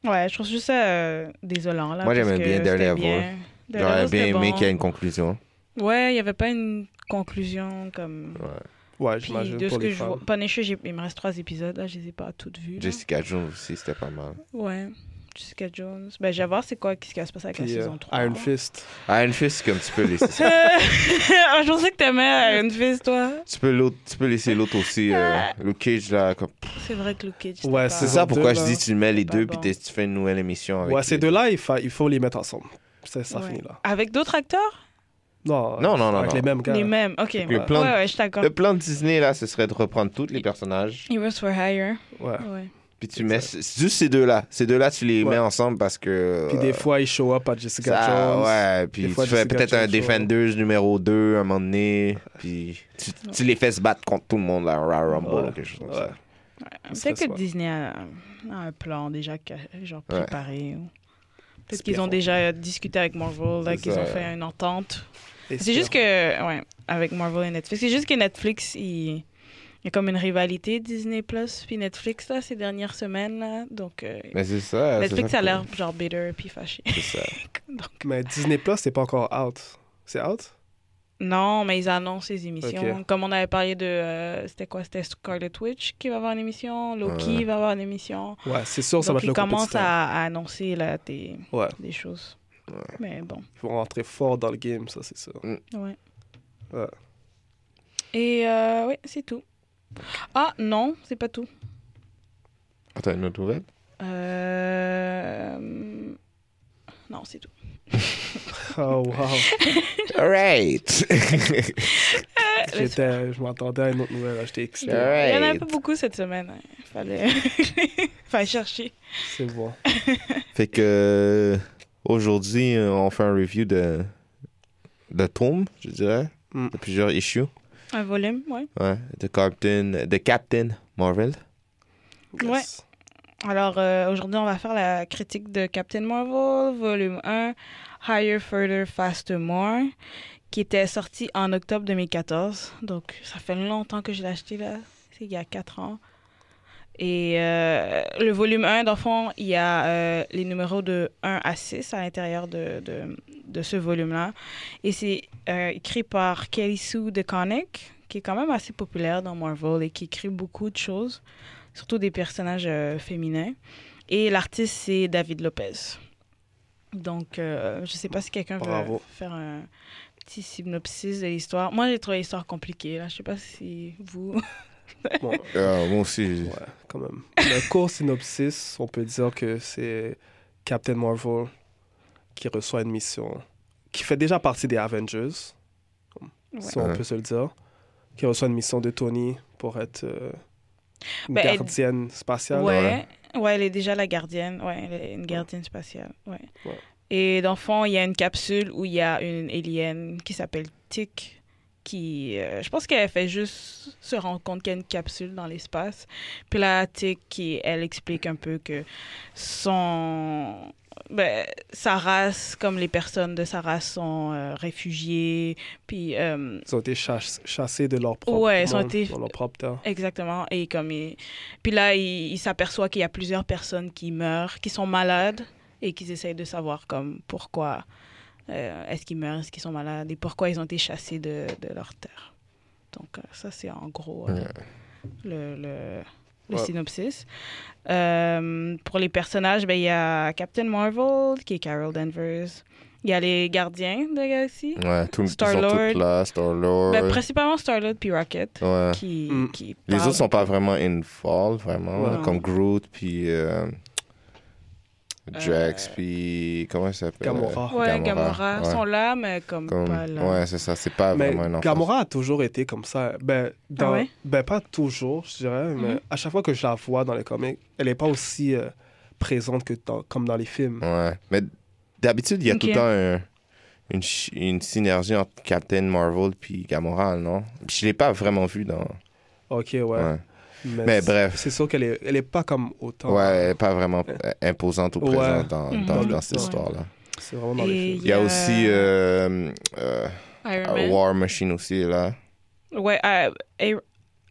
Speaker 5: Ouais, je trouve juste ça euh, désolant. Là,
Speaker 6: Moi,
Speaker 5: parce
Speaker 6: j'aimais
Speaker 5: que
Speaker 6: bien
Speaker 5: c'était
Speaker 6: Daredevil.
Speaker 5: bien.
Speaker 6: J'aurais
Speaker 5: Daredevil,
Speaker 6: bien
Speaker 5: Ben c'était
Speaker 6: aimé
Speaker 5: bon.
Speaker 6: qu'il y ait une conclusion.
Speaker 5: Ouais, il n'y avait pas une conclusion comme.
Speaker 6: Ouais.
Speaker 4: Ouais,
Speaker 5: Puis
Speaker 4: j'imagine
Speaker 5: de ce
Speaker 4: pour
Speaker 5: que
Speaker 4: les
Speaker 5: je
Speaker 4: fans.
Speaker 5: vois. Punisher, j'ai- il me reste trois épisodes. Là, je les ai pas toutes vues. là.
Speaker 6: Jessica Jones aussi, c'était pas mal.
Speaker 5: Ouais. Jessica Jones. Ben, j'ai à voir c'est quoi, qu'est-ce qui va se passer avec
Speaker 4: Puis,
Speaker 5: la
Speaker 4: euh,
Speaker 5: saison 3.
Speaker 4: Iron Fist.
Speaker 6: Iron Fist, comme tu peux laisser ça.
Speaker 5: Ah, je pensais que t'aimais Iron Fist, toi.
Speaker 6: tu, peux l'autre- tu peux laisser l'autre aussi. euh,
Speaker 5: Ah.
Speaker 6: Luke Cage, là. comme-
Speaker 5: C'est vrai que Luke Cage.
Speaker 4: Ouais,
Speaker 5: pas-
Speaker 6: C'est
Speaker 4: Saison
Speaker 6: ça pourquoi
Speaker 4: deux,
Speaker 6: je
Speaker 4: Ah, là.
Speaker 6: dis tu mets les
Speaker 5: Pas
Speaker 6: deux,
Speaker 5: bon.
Speaker 6: puis t'es- tu fais une nouvelle émission. Avec
Speaker 4: Ouais, ces
Speaker 6: les-
Speaker 4: deux-là, il, fa- il faut les mettre ensemble. C'est ça
Speaker 5: Ouais.
Speaker 4: finit là.
Speaker 5: Avec d'autres acteurs
Speaker 4: Non,
Speaker 6: Non, non, non,
Speaker 4: Avec
Speaker 6: non.
Speaker 4: les mêmes gars.
Speaker 5: Les mêmes, ok. Ouais,
Speaker 6: le plan-
Speaker 5: ouais, ouais, je suis d'accord.
Speaker 6: Le plan de Disney, là, ce serait de reprendre tous les personnages.
Speaker 5: Heroes for Hire.
Speaker 4: Ouais.
Speaker 5: Ouais.
Speaker 6: Puis tu mets c- juste ces deux-là. Ces deux-là, tu les
Speaker 4: Ouais.
Speaker 6: mets ensemble parce que.
Speaker 4: Puis
Speaker 6: euh,
Speaker 4: des fois, ils show up à Jessica
Speaker 6: ça-
Speaker 4: Jones.
Speaker 6: Ouais, puis
Speaker 4: Des fois,
Speaker 6: tu fais
Speaker 4: Jessica
Speaker 6: peut-être un
Speaker 4: Jones, ouais.
Speaker 6: Defenders numéro 2 à un moment donné. Puis tu, tu les fais se battre contre tout le monde, là, Royal Rumble
Speaker 4: Ouais.
Speaker 6: ou quelque chose comme
Speaker 4: Ouais.
Speaker 6: ça.
Speaker 4: serait
Speaker 5: Peut-être que
Speaker 4: smart.
Speaker 5: Disney a, a un plan déjà ca- genre
Speaker 6: Ouais.
Speaker 5: préparé. ou- Peut-être
Speaker 6: Espérons.
Speaker 5: qu'ils ont déjà discuté avec Marvel, là,
Speaker 6: C'est
Speaker 5: qu'ils
Speaker 6: ça.
Speaker 5: ont fait une entente.
Speaker 4: Et
Speaker 5: C'est juste que, ouais, avec Marvel et Netflix. C'est juste que Netflix, il, il y a comme une rivalité Disney Plus puis Netflix là ces dernières semaines là, donc euh,
Speaker 6: Mais ah, c'est ça.
Speaker 5: Netflix
Speaker 6: ça
Speaker 5: a
Speaker 6: que-
Speaker 5: l'air genre bitter puis fâché.
Speaker 6: C'est ça.
Speaker 5: donc
Speaker 4: Mais Disney Plus, c'est pas encore out. C'est out?
Speaker 5: non, mais ils annoncent les émissions.
Speaker 4: Ok.
Speaker 5: Comme on avait parlé de, euh, c'était quoi, c'était Scarlet Witch qui va avoir une émission, Loki
Speaker 6: Ouais.
Speaker 5: va avoir une émission.
Speaker 4: Ouais, c'est sûr, Oh, ça va
Speaker 5: donc
Speaker 4: être le
Speaker 5: ils commencent
Speaker 4: compétiteur.
Speaker 5: à, à annoncer là des,
Speaker 4: Ouais,
Speaker 5: des choses. Mais bon.
Speaker 4: ils vont rentrer fort dans le game, ça, c'est sûr.
Speaker 5: Ouais.
Speaker 4: Ouais.
Speaker 5: Et euh, ouais, c'est tout. Ah non, c'est pas tout.
Speaker 6: Attends, une autre nouvelle
Speaker 5: Euh... Non, c'est tout.
Speaker 4: Oh, wow.
Speaker 6: Alright
Speaker 4: J'étais, je m'attendais à une autre nouvelle, là, j'étais
Speaker 5: Euh, Il
Speaker 4: excité.
Speaker 5: y en a
Speaker 6: Alright.
Speaker 5: pas beaucoup cette semaine. hein. Fallait... Fallait chercher.
Speaker 4: C'est bon.
Speaker 6: Fait que. euh, Aujourd'hui, euh, on fait un review de. de Tomb, je dirais.
Speaker 4: Mm.
Speaker 6: De plusieurs issues.
Speaker 5: Un volume, ouais.
Speaker 6: Ouais. De Captain. De Captain Marvel.
Speaker 4: Yes.
Speaker 5: Alors, euh, aujourd'hui, on va faire la critique de Captain Marvel, volume 1, Higher, Further, Faster, More, qui était sorti en octobre 2014. Donc, ça fait longtemps que je l'ai acheté, là. C'est il y a 4 ans. Et euh, le volume 1, dans le fond, il y a euh, les numéros de 1 à 6 à l'intérieur de, de, de ce volume-là. Et c'est euh, écrit par Kelly Sue DeConnick, qui est quand même assez populaire dans Marvel et qui écrit beaucoup de choses surtout des personnages euh, féminins. Et l'artiste, c'est David Lopez. Donc, euh, je sais pas si quelqu'un veut
Speaker 4: Bravo.
Speaker 5: faire un petit synopsis de l'histoire. Moi, j'ai trouvé l'histoire compliquée. Là. Je sais pas si vous...
Speaker 4: Bon,
Speaker 6: Euh, moi aussi.
Speaker 4: ouais, quand même. Le court synopsis, on peut dire que c'est Captain Marvel qui reçoit une mission, qui fait déjà partie des Avengers.
Speaker 5: Ouais.
Speaker 4: si on
Speaker 6: Ouais.
Speaker 4: peut se le dire, qui reçoit une mission de Tony pour être euh, une
Speaker 5: Ben, elle-
Speaker 4: gardienne spatiale.
Speaker 5: Ouais, ouais, elle est déjà la gardienne. Ouais, elle est une gardienne spatiale. Ouais.
Speaker 4: Ouais.
Speaker 5: Et dans le fond, il y a une capsule où il y a une alien qui s'appelle Tick. Qui, euh, je pense qu'elle fait juste se rendre compte qu'il y a une capsule dans l'espace. Puis là, Tick, qui, elle explique un peu que son. Ben, sa race, comme les personnes de sa race, sont euh, réfugiées. Puis euh,
Speaker 4: Ils ont été chass- chassés de leur propre
Speaker 5: Ouais, ils ont
Speaker 4: monde,
Speaker 5: été-
Speaker 4: dans leur propre terre.
Speaker 5: Exactement. Et comme il- puis là, il, il s'aperçoit qu'il y a plusieurs personnes qui meurent, qui sont malades et qu'ils essayent de savoir comme pourquoi euh, est-ce qu'ils meurent, est-ce qu'ils sont malades et pourquoi ils ont été chassés de, de leur terre. Donc euh, ça, c'est en gros euh,
Speaker 6: Ouais.
Speaker 5: le, le- le
Speaker 4: Ouais.
Speaker 5: synopsis. Euh, pour les personnages, ben, il y a Captain Marvel, qui est Carol Danvers. Il y a les gardiens de la galaxie.
Speaker 6: Ouais, tout,
Speaker 5: Star-Lord.
Speaker 6: ils sont toutes là, Star-Lord.
Speaker 5: Ben, principalement Star-Lord puis Rocket.
Speaker 6: ouais.
Speaker 5: Qui,
Speaker 4: Mm.
Speaker 5: qui
Speaker 6: Les
Speaker 5: parlent-
Speaker 6: autres sont pas vraiment involved, vraiment,
Speaker 4: Ouais.
Speaker 6: comme Groot, puis euh, Drax,
Speaker 5: Euh,
Speaker 6: puis comment ça s'appelle
Speaker 4: Gamora.
Speaker 5: Ouais,
Speaker 6: Oh, Gamora,
Speaker 5: Gamora,
Speaker 6: ouais.
Speaker 5: sont là, mais comme,
Speaker 6: Comme-
Speaker 5: pas là.
Speaker 6: Ouais, c'est ça, c'est pas
Speaker 4: Mais
Speaker 6: Ah, vraiment un enfant.
Speaker 4: Gamora a toujours été comme ça. Ben, dans-
Speaker 5: Ah ouais?
Speaker 4: ben, pas toujours, je dirais, mais
Speaker 5: Mhm.
Speaker 4: à chaque fois que je la vois dans les comics, elle n'est pas aussi euh, présente que dans- comme dans les films.
Speaker 6: Ouais, mais d'habitude, il y a
Speaker 5: Ok.
Speaker 6: tout le temps un- une, chi- une synergie entre Captain Marvel puis Gamora, non Je l'ai pas vraiment vu dans.
Speaker 4: Ok, ouais.
Speaker 6: Ouais, Mais
Speaker 4: c'est-
Speaker 6: bref.
Speaker 4: C'est sûr qu'elle est, elle est pas comme autant.
Speaker 6: ouais elle est pas vraiment euh, imposante ou
Speaker 4: Ouais.
Speaker 6: présente dans,
Speaker 5: Mhm.
Speaker 6: dans,
Speaker 5: Dans le-
Speaker 6: dans cette
Speaker 5: ouais.
Speaker 6: histoire-là.
Speaker 4: C'est vraiment dans les
Speaker 5: Et
Speaker 4: films.
Speaker 6: Il y a aussi euh, euh,
Speaker 5: Iron Man.
Speaker 6: War Machine aussi là.
Speaker 5: Ouais, euh, I-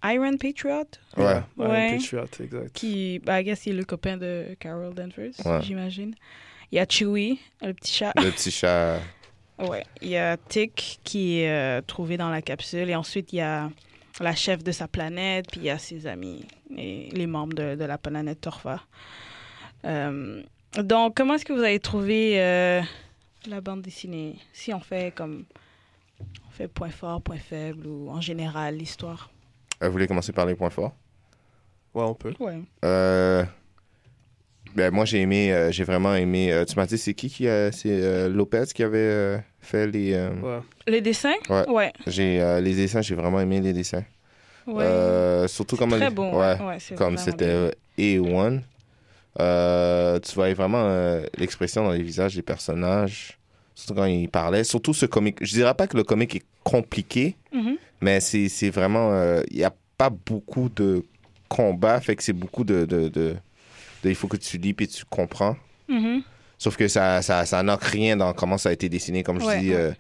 Speaker 5: Iron Patriot,
Speaker 6: Ouais.
Speaker 4: Ouais,
Speaker 5: Ouais.
Speaker 4: Patriot, exact.
Speaker 5: qui, bah, I guess, c'est le copain de Carol Danvers,
Speaker 6: Ouais.
Speaker 5: j'imagine. Il y a Chewie, le petit chat.
Speaker 6: Le petit chat. euh,
Speaker 5: Ouais. Il y a Tick qui est euh, trouvé dans la capsule. Et ensuite, il y a la chef de sa planète, puis il y a ses amis et les membres de, de la planète Torfa. Euh, donc, comment est-ce que vous avez trouvé euh, la bande dessinée Si on fait comme. On fait point fort, point faible, ou en général, l'histoire
Speaker 6: Euh, Vous voulez commencer par les points forts
Speaker 4: Ouais, on peut.
Speaker 5: Ouais.
Speaker 6: Euh, Ben, moi, j'ai aimé, euh, j'ai vraiment aimé. euh, tu m'as dit, c'est qui qui a. C'est euh, Lopez qui avait euh, fait les. euh,
Speaker 4: Ouais.
Speaker 5: Le dessin?
Speaker 6: Ouais.
Speaker 5: Ouais.
Speaker 6: J'ai euh, les dessins, j'ai vraiment aimé les dessins.
Speaker 5: ouais.
Speaker 6: Euh, surtout comme
Speaker 5: Très bon.
Speaker 6: ouais,
Speaker 5: ouais. Ouais, c'est
Speaker 6: comme
Speaker 5: vraiment
Speaker 6: c'était
Speaker 5: bien.
Speaker 6: euh, A1. Euh, tu voyais vraiment euh, l'expression dans les visages des personnages, surtout quand ils parlaient. Surtout ce comique. Je dirais pas que le comique est compliqué,
Speaker 5: Mhm.
Speaker 6: mais c'est c'est vraiment. euh, Il n'y a pas beaucoup de combats, fait que c'est beaucoup de, de, de- de- Il faut que tu lis puis tu comprends.
Speaker 5: Mhm.
Speaker 6: Sauf que ça, ça, ça n'ancre rien dans comment ça a été dessiné. Comme je
Speaker 5: Ouais,
Speaker 6: dis,
Speaker 5: ouais.
Speaker 6: euh,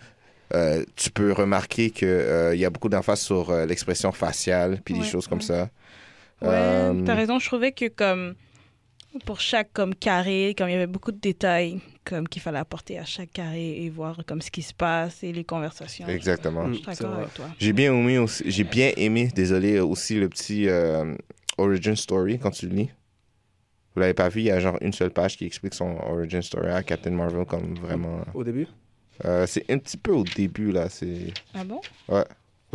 Speaker 6: euh, tu peux remarquer qu'il y a beaucoup d'emphase sur euh, l'expression faciale, puis des
Speaker 5: Ouais,
Speaker 6: choses comme
Speaker 5: ouais.
Speaker 6: ça.
Speaker 5: Ouais,
Speaker 6: Euh,
Speaker 5: t'as raison. Je trouvais que comme pour chaque comme carré, comme il y avait beaucoup de détails comme qu'il fallait apporter à chaque carré et voir comme ce qui se passe et les conversations.
Speaker 6: Exactement.
Speaker 5: Je suis
Speaker 4: C'est
Speaker 5: d'accord
Speaker 4: vrai.
Speaker 5: avec toi.
Speaker 6: J'ai bien aimé, aussi, j'ai bien aimé, désolé, euh, aussi le petit euh, origin story quand tu le lis. Vous l'avez pas vu, il y a genre une seule page qui explique son origin story à Captain Marvel comme vraiment.
Speaker 4: Au début
Speaker 6: Euh, c'est un petit peu au début là, c'est.
Speaker 5: Ah bon?
Speaker 6: Vous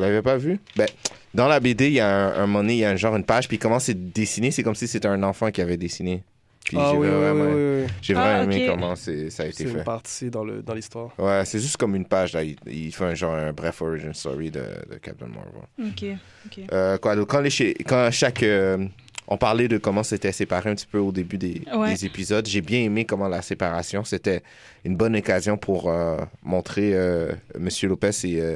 Speaker 6: l'avez pas vu? Ben, dans la BD, il y a un, un moment donné, il y a un genre une page, puis comment c'est dessiné, c'est comme si c'était un enfant qui avait dessiné. Puis
Speaker 4: Ah
Speaker 6: j'ai
Speaker 4: oui, oui,
Speaker 6: vraiment,
Speaker 4: oui, oui, oui.
Speaker 6: j'ai
Speaker 5: Ah,
Speaker 6: vraiment aimé
Speaker 5: ok.
Speaker 6: comment c'est- ça a été
Speaker 4: C'est une
Speaker 6: fait.
Speaker 4: partie dans le- dans l'histoire.
Speaker 6: Ouais, c'est juste comme une page, là. Il, il fait un genre un bref origin story de, de Captain Marvel.
Speaker 5: Ok.
Speaker 6: Euh, quoi, d'autre? quand, les chi- quand chaque. euh, on parlait de comment c'était séparé un petit peu au début des,
Speaker 5: Ouais.
Speaker 6: des épisodes. J'ai bien aimé comment la séparation, c'était une bonne occasion pour euh, montrer euh, Monsieur Lopez et euh,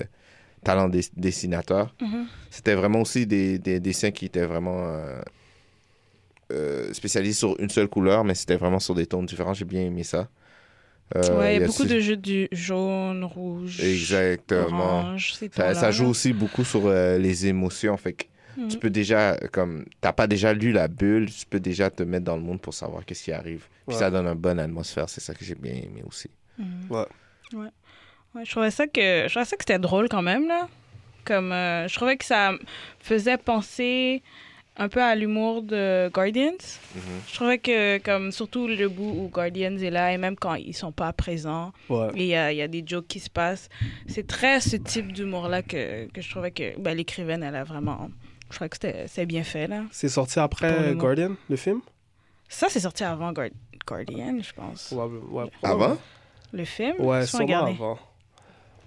Speaker 6: talent des- dessinateur.
Speaker 5: Mhm.
Speaker 6: C'était vraiment aussi des, des dessins qui étaient vraiment euh, euh, spécialisés sur une seule couleur, mais c'était vraiment sur des tons différents. J'ai bien aimé ça. Euh,
Speaker 5: ouais,
Speaker 6: il y a
Speaker 5: beaucoup
Speaker 6: aussi-
Speaker 5: de jeux du jaune, rouge,
Speaker 6: Exactement.
Speaker 5: orange. ces
Speaker 6: Ça,
Speaker 5: tons-là,
Speaker 6: ça joue
Speaker 5: là.
Speaker 6: aussi beaucoup sur euh, les émotions. Fait que
Speaker 5: Mhm.
Speaker 6: tu peux déjà, euh, comme, t'as pas déjà lu la bulle, tu peux déjà te mettre dans le monde pour savoir qu'est-ce qui arrive. Puis
Speaker 4: Ouais.
Speaker 6: ça donne une bonne atmosphère, c'est ça que j'ai bien aimé aussi.
Speaker 5: Mhm.
Speaker 4: Ouais.
Speaker 5: Ouais. Ouais, je trouvais ça que je trouvais ça que c'était drôle quand même là. Comme euh, je trouvais que ça faisait penser un peu à l'humour de Guardians. Je trouvais que comme surtout le bout où Guardians est là et même quand ils sont pas présents
Speaker 4: Ouais.
Speaker 5: et il y a, il y a des jokes qui se passent, c'est très ce type d'humour là que, que je trouvais que ben, l'écrivaine elle a vraiment je trouvais que c'était c'est bien fait là.
Speaker 4: C'est sorti
Speaker 5: Pour le
Speaker 4: après
Speaker 5: moment.
Speaker 4: Guardian, le film
Speaker 5: Ça c'est sorti avant Guard Guardian je pense.
Speaker 4: Probable- ouais,
Speaker 5: Ah
Speaker 6: Avant?
Speaker 5: Le film
Speaker 4: Ouais,
Speaker 5: Ils sont
Speaker 4: sûrement
Speaker 5: regardés.
Speaker 4: avant.